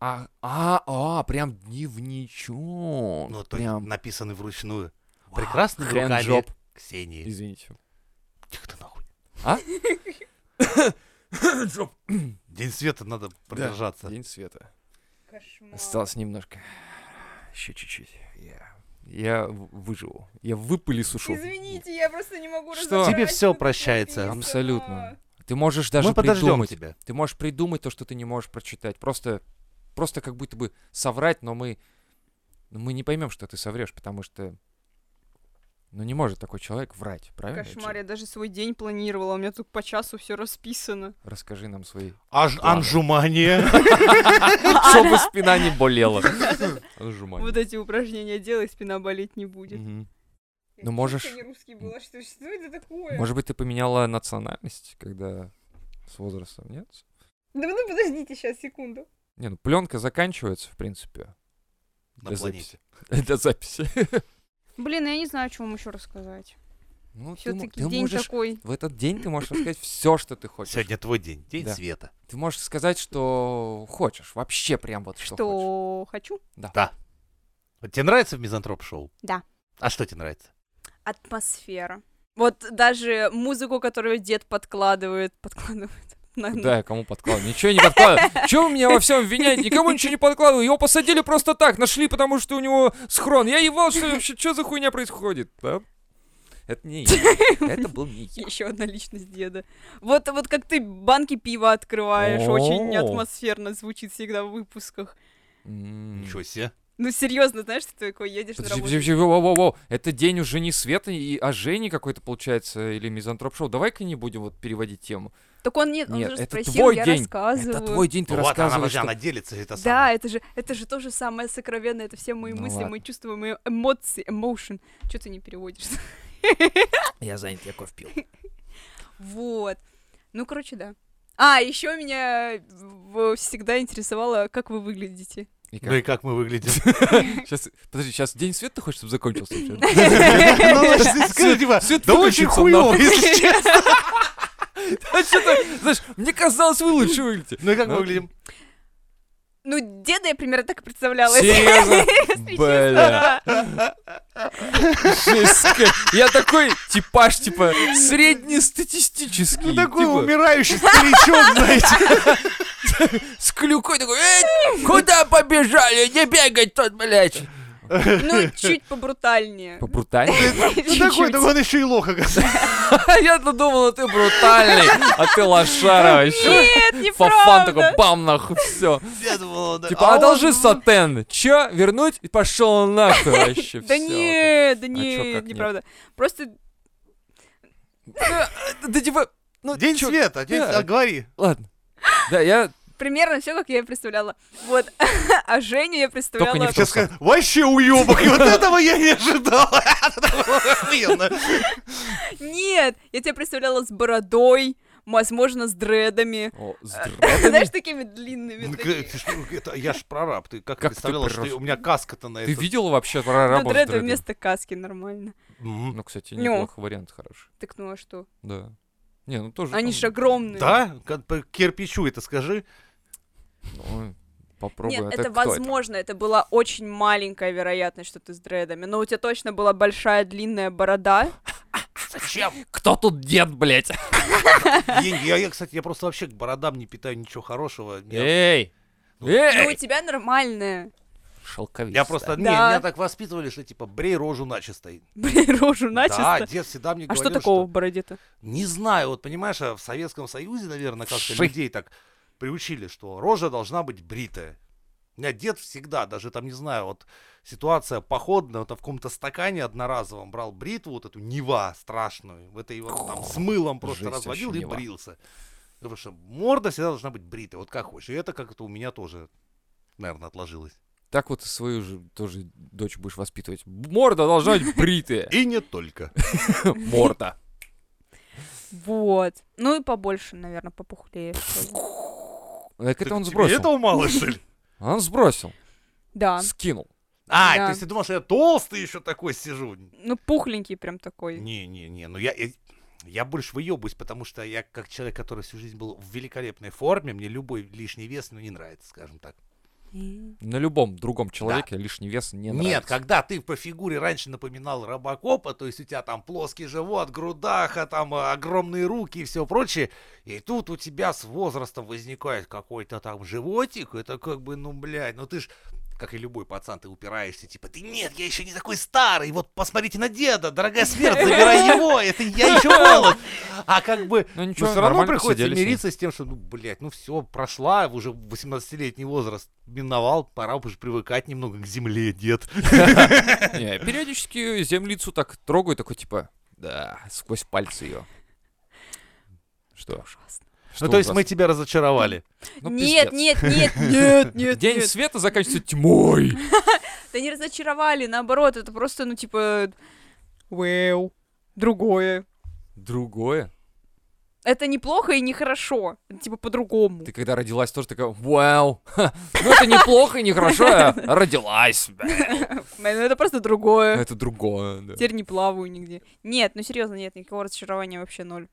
[SPEAKER 3] А, а, а, прям дневничок.
[SPEAKER 1] Ну, то есть
[SPEAKER 3] прям.
[SPEAKER 1] написаны вручную.
[SPEAKER 3] Вау,
[SPEAKER 1] Прекрасными руками
[SPEAKER 3] Хэнджоб.
[SPEAKER 1] Ксении.
[SPEAKER 3] Извините.
[SPEAKER 1] Тихо ты нахуй.
[SPEAKER 3] Джоб.
[SPEAKER 1] День света надо продержаться.
[SPEAKER 3] День света.
[SPEAKER 2] Кошмар.
[SPEAKER 3] Осталось немножко. Еще чуть-чуть. Я, я в- выживу. Я выпылесушу.
[SPEAKER 2] Извините, я просто не могу
[SPEAKER 3] Что?
[SPEAKER 2] разобрать,
[SPEAKER 1] Тебе всё
[SPEAKER 2] тут
[SPEAKER 1] прощается.
[SPEAKER 2] написано.
[SPEAKER 3] Абсолютно. Ты можешь даже
[SPEAKER 1] Мы подождем
[SPEAKER 3] придумать.
[SPEAKER 1] тебя.
[SPEAKER 3] Ты можешь придумать то, что ты не можешь прочитать. Просто, просто как будто бы соврать, но мы, но мы не поймем, что ты соврешь, потому что, ну не может такой человек врать, правильно? Это же-
[SPEAKER 1] Э,
[SPEAKER 2] Кошмар, я даже свой день планировала, у меня тут по часу все расписано.
[SPEAKER 3] Расскажи нам свои...
[SPEAKER 1] Аж
[SPEAKER 3] Ладно.
[SPEAKER 1] Анжумания.
[SPEAKER 3] Чтобы спина не болела. Отжимание.
[SPEAKER 2] Вот эти упражнения делай, спина болеть не будет.
[SPEAKER 3] Мгм.
[SPEAKER 2] Я
[SPEAKER 3] Ну,
[SPEAKER 2] настолько
[SPEAKER 3] можешь-
[SPEAKER 2] не русский была, что, что это такое?
[SPEAKER 3] Может быть, ты поменяла национальность, когда с возрастом, нет?
[SPEAKER 2] Да ну подождите сейчас, секунду.
[SPEAKER 3] Не, ну пленка заканчивается, в принципе.
[SPEAKER 1] На
[SPEAKER 3] до
[SPEAKER 1] планете.
[SPEAKER 3] записи. До записи.
[SPEAKER 2] Блин, я не знаю, о чем вам еще рассказать.
[SPEAKER 3] Ну, ты, мо-
[SPEAKER 2] Все-таки
[SPEAKER 3] ты
[SPEAKER 2] день
[SPEAKER 3] можешь...
[SPEAKER 2] такой.
[SPEAKER 3] В этот день ты можешь рассказать все, что ты хочешь.
[SPEAKER 1] Сегодня твой день. День
[SPEAKER 3] Да.
[SPEAKER 1] света.
[SPEAKER 3] Ты можешь сказать, что хочешь. Вообще прям вот что, хочешь.
[SPEAKER 2] Что хочу?
[SPEAKER 1] Вот тебе нравится в Мизантроп шоу?
[SPEAKER 2] Да.
[SPEAKER 1] А что тебе нравится?
[SPEAKER 2] Атмосфера. Вот даже музыку, которую дед подкладывает, подкладывает. на- на-
[SPEAKER 3] Да, я кому подкладываю? Ничего не подкладываю. Чего вы меня во всем обвиняете? Никому ничего не подкладываю. Его посадили просто так, нашли, потому что у него схрон. Я ебал, что вообще, что за хуйня происходит? Да? Это не я. Это был не я.
[SPEAKER 2] Еще одна личность деда. Вот, вот как ты банки пива открываешь, очень
[SPEAKER 3] О.
[SPEAKER 2] атмосферно звучит всегда в выпусках.
[SPEAKER 3] М.
[SPEAKER 1] Ничего себе. Ну,
[SPEAKER 2] Ну серьезно, знаешь, ты такой едешь на
[SPEAKER 3] Подожди,
[SPEAKER 2] работу.
[SPEAKER 3] подожди, подожди, воу, воу, воу. Это день уже не Света, и, а Жени какой-то получается, или Мизантроп Шоу. Давай-ка не будем вот переводить тему.
[SPEAKER 2] Так он нет, он
[SPEAKER 3] Нет,
[SPEAKER 2] же
[SPEAKER 3] это
[SPEAKER 2] спросил,
[SPEAKER 3] твой
[SPEAKER 2] я
[SPEAKER 3] день.
[SPEAKER 2] рассказываю.
[SPEAKER 3] Это твой день, ты
[SPEAKER 1] Вот Ну, она,
[SPEAKER 3] рассказываешь.
[SPEAKER 1] подожди,
[SPEAKER 3] что-
[SPEAKER 1] она делится это
[SPEAKER 2] Да,
[SPEAKER 1] самое.
[SPEAKER 2] это же, это же то же самое сокровенное, это все мои
[SPEAKER 3] Ну
[SPEAKER 2] мысли,
[SPEAKER 3] ладно.
[SPEAKER 2] мои чувства, мои эмоции, emotion. Что ты не переводишь?
[SPEAKER 3] «А Я занят, я кофе пил.
[SPEAKER 2] Вот. Ну, короче, да. А, еще меня в- всегда интересовало, как вы выглядите.
[SPEAKER 3] И
[SPEAKER 1] Ну и как мы выглядим?
[SPEAKER 3] Сейчас, подожди, сейчас День Света ты хочешь, чтобы закончился? вообще?
[SPEAKER 1] Ну, знаешь, ты скажи, типа,
[SPEAKER 3] Свет
[SPEAKER 1] Да
[SPEAKER 3] выключился
[SPEAKER 1] очень хуёво,
[SPEAKER 3] нахуй».
[SPEAKER 1] если честно.
[SPEAKER 3] А что-то, знаешь, мне казалось, вы лучше выглядите.
[SPEAKER 1] Ну и как
[SPEAKER 3] Ну,
[SPEAKER 1] мы выглядим?
[SPEAKER 2] Ну, деда я примерно так и представляла. если
[SPEAKER 3] Серьезно? Бля.
[SPEAKER 2] честно.
[SPEAKER 3] жесть какая. Я такой типаж, типа, среднестатистический.
[SPEAKER 1] Ну такой
[SPEAKER 3] типа,
[SPEAKER 1] умирающий старичок, знаете.
[SPEAKER 3] С клюкой такой, «Эй, куда побежали? Не бегать тут, блядь.
[SPEAKER 2] Ну, чуть побрутальнее.
[SPEAKER 3] Побрутальный?
[SPEAKER 1] Ну такой,
[SPEAKER 2] Чуть-чуть.
[SPEAKER 1] так он еще и лох оказался.
[SPEAKER 3] Я думал, ты брутальный, а ты лошара вообще.
[SPEAKER 2] Нет, не
[SPEAKER 3] Фафан такой,
[SPEAKER 2] правда.
[SPEAKER 3] бам, нахуй, все.
[SPEAKER 1] Я думал, да.
[SPEAKER 3] Типа,
[SPEAKER 1] А
[SPEAKER 3] одолжи
[SPEAKER 1] он-
[SPEAKER 3] сатен. Че, вернуть? И пошел он нахуй вообще.
[SPEAKER 2] Да
[SPEAKER 3] всё. А
[SPEAKER 2] нет, да
[SPEAKER 3] чё, как
[SPEAKER 2] нет,
[SPEAKER 3] нет?
[SPEAKER 2] неправда. Просто
[SPEAKER 3] Да, типа, да, типа, ну
[SPEAKER 1] День
[SPEAKER 3] чё,
[SPEAKER 1] света, день
[SPEAKER 3] да.
[SPEAKER 1] света, говори.
[SPEAKER 3] Ладно. Да, я
[SPEAKER 2] Примерно все, как я и представляла. Вот. А Женю я представляла...
[SPEAKER 3] не в
[SPEAKER 1] Сейчас скажу, вообще уебок, и вот этого я не ожидал. Это было охуенно.
[SPEAKER 2] Нет! Я тебя представляла с бородой, возможно, с дредами.
[SPEAKER 3] О, с
[SPEAKER 1] Э,
[SPEAKER 2] Знаешь,
[SPEAKER 3] дредами?
[SPEAKER 2] такими длинными.
[SPEAKER 1] Ну,
[SPEAKER 2] такими.
[SPEAKER 1] к- ты ж- это- Я ж прораб, ты как
[SPEAKER 3] Как ты
[SPEAKER 1] представляла, что
[SPEAKER 3] прораб?
[SPEAKER 1] у меня каска-то на
[SPEAKER 3] Ты
[SPEAKER 1] это?
[SPEAKER 3] видел вообще
[SPEAKER 2] На
[SPEAKER 3] прорабов с
[SPEAKER 2] дреды
[SPEAKER 3] дредами?
[SPEAKER 2] вместо каски нормально.
[SPEAKER 1] Мгм.
[SPEAKER 3] Ну, кстати,
[SPEAKER 2] Ну.
[SPEAKER 3] неплохой вариант, хороший.
[SPEAKER 2] Так ну а что?
[SPEAKER 3] Да. Не, ну тоже...
[SPEAKER 2] Они
[SPEAKER 3] там,
[SPEAKER 2] же огромные.
[SPEAKER 1] Да? Как по кирпичу это скажи.
[SPEAKER 3] ну, попробуй.
[SPEAKER 2] Нет,
[SPEAKER 3] а
[SPEAKER 2] это
[SPEAKER 3] так кто
[SPEAKER 2] возможно, это? была очень маленькая вероятность, что ты с дредами, но у тебя точно была большая длинная борода.
[SPEAKER 1] Зачем?
[SPEAKER 3] Кто тут дед, блядь?
[SPEAKER 1] Я, я- я, кстати, я просто вообще к бородам не питаю ничего хорошего. Я,
[SPEAKER 3] Эй!
[SPEAKER 1] Ну,
[SPEAKER 2] Ну, у
[SPEAKER 3] Эй!
[SPEAKER 2] тебя нормальная.
[SPEAKER 3] Шелковистая.
[SPEAKER 1] я просто... не,
[SPEAKER 2] Да.
[SPEAKER 1] меня так воспитывали, что типа брей рожу начисто.
[SPEAKER 2] Блин, рожу
[SPEAKER 1] Да,
[SPEAKER 2] начисто.
[SPEAKER 1] дед всегда мне
[SPEAKER 2] А
[SPEAKER 1] говорил,
[SPEAKER 2] что такого в бороде-то?
[SPEAKER 1] Не знаю, вот понимаешь, а в Советском Союзе, наверное, как-то
[SPEAKER 3] Ши.
[SPEAKER 1] людей так приучили, что рожа должна быть бритая. У меня дед всегда, даже там, не знаю, вот ситуация походная, вот в каком-то стакане одноразовом брал бритву, вот эту Нева страшную, в этой вот там с мылом просто
[SPEAKER 3] Жесть
[SPEAKER 1] разводил
[SPEAKER 3] вообще,
[SPEAKER 1] и
[SPEAKER 3] Нева.
[SPEAKER 1] брился. Потому что морда всегда должна быть бритая, вот как хочешь. И это как-то у меня тоже, наверное, отложилось.
[SPEAKER 3] Так вот и свою же тоже дочь будешь воспитывать. Морда должна быть бритая.
[SPEAKER 1] И не только.
[SPEAKER 3] Морда.
[SPEAKER 2] Вот. Ну и побольше, наверное, попухлее. что ли.
[SPEAKER 3] Так это
[SPEAKER 1] Ты-
[SPEAKER 3] он
[SPEAKER 1] тебе
[SPEAKER 3] сбросил.
[SPEAKER 1] этого мало, что ли?
[SPEAKER 3] Он сбросил.
[SPEAKER 2] Да.
[SPEAKER 3] Скинул.
[SPEAKER 1] А,
[SPEAKER 2] Да.
[SPEAKER 1] то есть ты думал, что я толстый еще такой сижу?
[SPEAKER 2] Ну, пухленький прям такой.
[SPEAKER 1] Не-не-не, ну я, я, я больше выебусь, потому что я как человек, который всю жизнь был в великолепной форме, мне любой лишний вес ну, не нравится, скажем так.
[SPEAKER 3] На любом другом человеке лишний вес не нравится.
[SPEAKER 1] Нет, когда ты по фигуре раньше напоминал Робокопа, то есть у тебя там плоский живот, грудаха, там э, огромные руки и все прочее, и тут у тебя с возрастом возникает какой-то там животик, это как бы, ну, блядь, ну ты ж как и любой пацан, ты упираешься, типа, ты нет, я еще не такой старый, вот посмотрите на деда, дорогая смерть, забирай его, это я еще молод. А как бы,
[SPEAKER 3] Ну
[SPEAKER 1] но
[SPEAKER 3] ничего,
[SPEAKER 1] все равно
[SPEAKER 3] нормально
[SPEAKER 1] приходится
[SPEAKER 3] посидели с ней.
[SPEAKER 1] мириться с тем, что, ну, блядь, ну все, прошла, уже 18-летний возраст миновал, пора уже привыкать немного к земле, дед.
[SPEAKER 3] Ну, Не, периодически землицу так трогаю, такой типа, да, сквозь пальцы ее. Что?
[SPEAKER 2] Ужасно.
[SPEAKER 3] Что
[SPEAKER 1] Ну, то есть
[SPEAKER 3] ужасно?
[SPEAKER 1] мы тебя разочаровали.
[SPEAKER 3] Ну,
[SPEAKER 2] Нет,
[SPEAKER 3] пиздец.
[SPEAKER 2] нет, нет, нет, нет,
[SPEAKER 3] День
[SPEAKER 2] нет.
[SPEAKER 3] света заканчивается тьмой.
[SPEAKER 2] Да не разочаровали, наоборот, это просто, ну, типа... Вау. Другое.
[SPEAKER 3] Другое.
[SPEAKER 2] Это неплохо и нехорошо. Это, типа по-другому.
[SPEAKER 3] Ты когда родилась, тоже такая, вау. ха, Ну это неплохо и нехорошо, а родилась. бля».
[SPEAKER 2] Ну, это просто
[SPEAKER 3] Ну,
[SPEAKER 2] другое.
[SPEAKER 3] Это другое, да.
[SPEAKER 2] Теперь не плаваю нигде. Нет, ну серьезно, нет, никакого разочарования вообще ноль.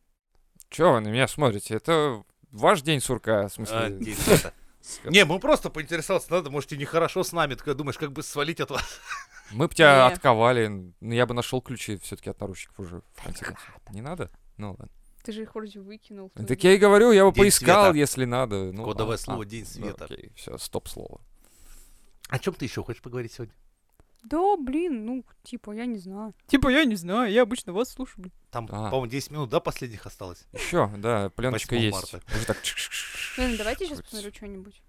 [SPEAKER 3] Че вы на меня смотрите? Это ваш день сурка, Ну, в
[SPEAKER 1] А,
[SPEAKER 3] смысле.
[SPEAKER 1] дед, это.
[SPEAKER 3] света.
[SPEAKER 1] Не, мы просто поинтересоваться надо, может, и нехорошо с нами, такая думаешь, как бы свалить от вас.
[SPEAKER 3] Мы бы тебя
[SPEAKER 2] Не.
[SPEAKER 3] отковали, но я бы нашел ключи все-таки от наручников уже. в конце концов. Не надо? Ну ладно.
[SPEAKER 2] Ты же их вроде выкинул.
[SPEAKER 3] Так я и говорю, я бы
[SPEAKER 1] День
[SPEAKER 3] поискал,
[SPEAKER 1] света.
[SPEAKER 3] если надо. Ну,
[SPEAKER 1] Кодовое
[SPEAKER 3] а,
[SPEAKER 1] слово
[SPEAKER 3] а,
[SPEAKER 1] «День
[SPEAKER 3] ну,
[SPEAKER 1] света».
[SPEAKER 3] Окей, все, стоп слово.
[SPEAKER 1] О чем ты еще хочешь поговорить сегодня?
[SPEAKER 2] Да, блин, ну, типа, я не знаю. Типа, я не знаю, я обычно вас слушаю. блин.
[SPEAKER 1] Там,
[SPEAKER 3] А.
[SPEAKER 1] по-моему, 10 минут, да, последних осталось?
[SPEAKER 3] Еще, да, пленочка
[SPEAKER 1] 8
[SPEAKER 3] есть.
[SPEAKER 1] марта.
[SPEAKER 3] Уже так.
[SPEAKER 2] Блин, давайте сейчас посмотрю что-нибудь.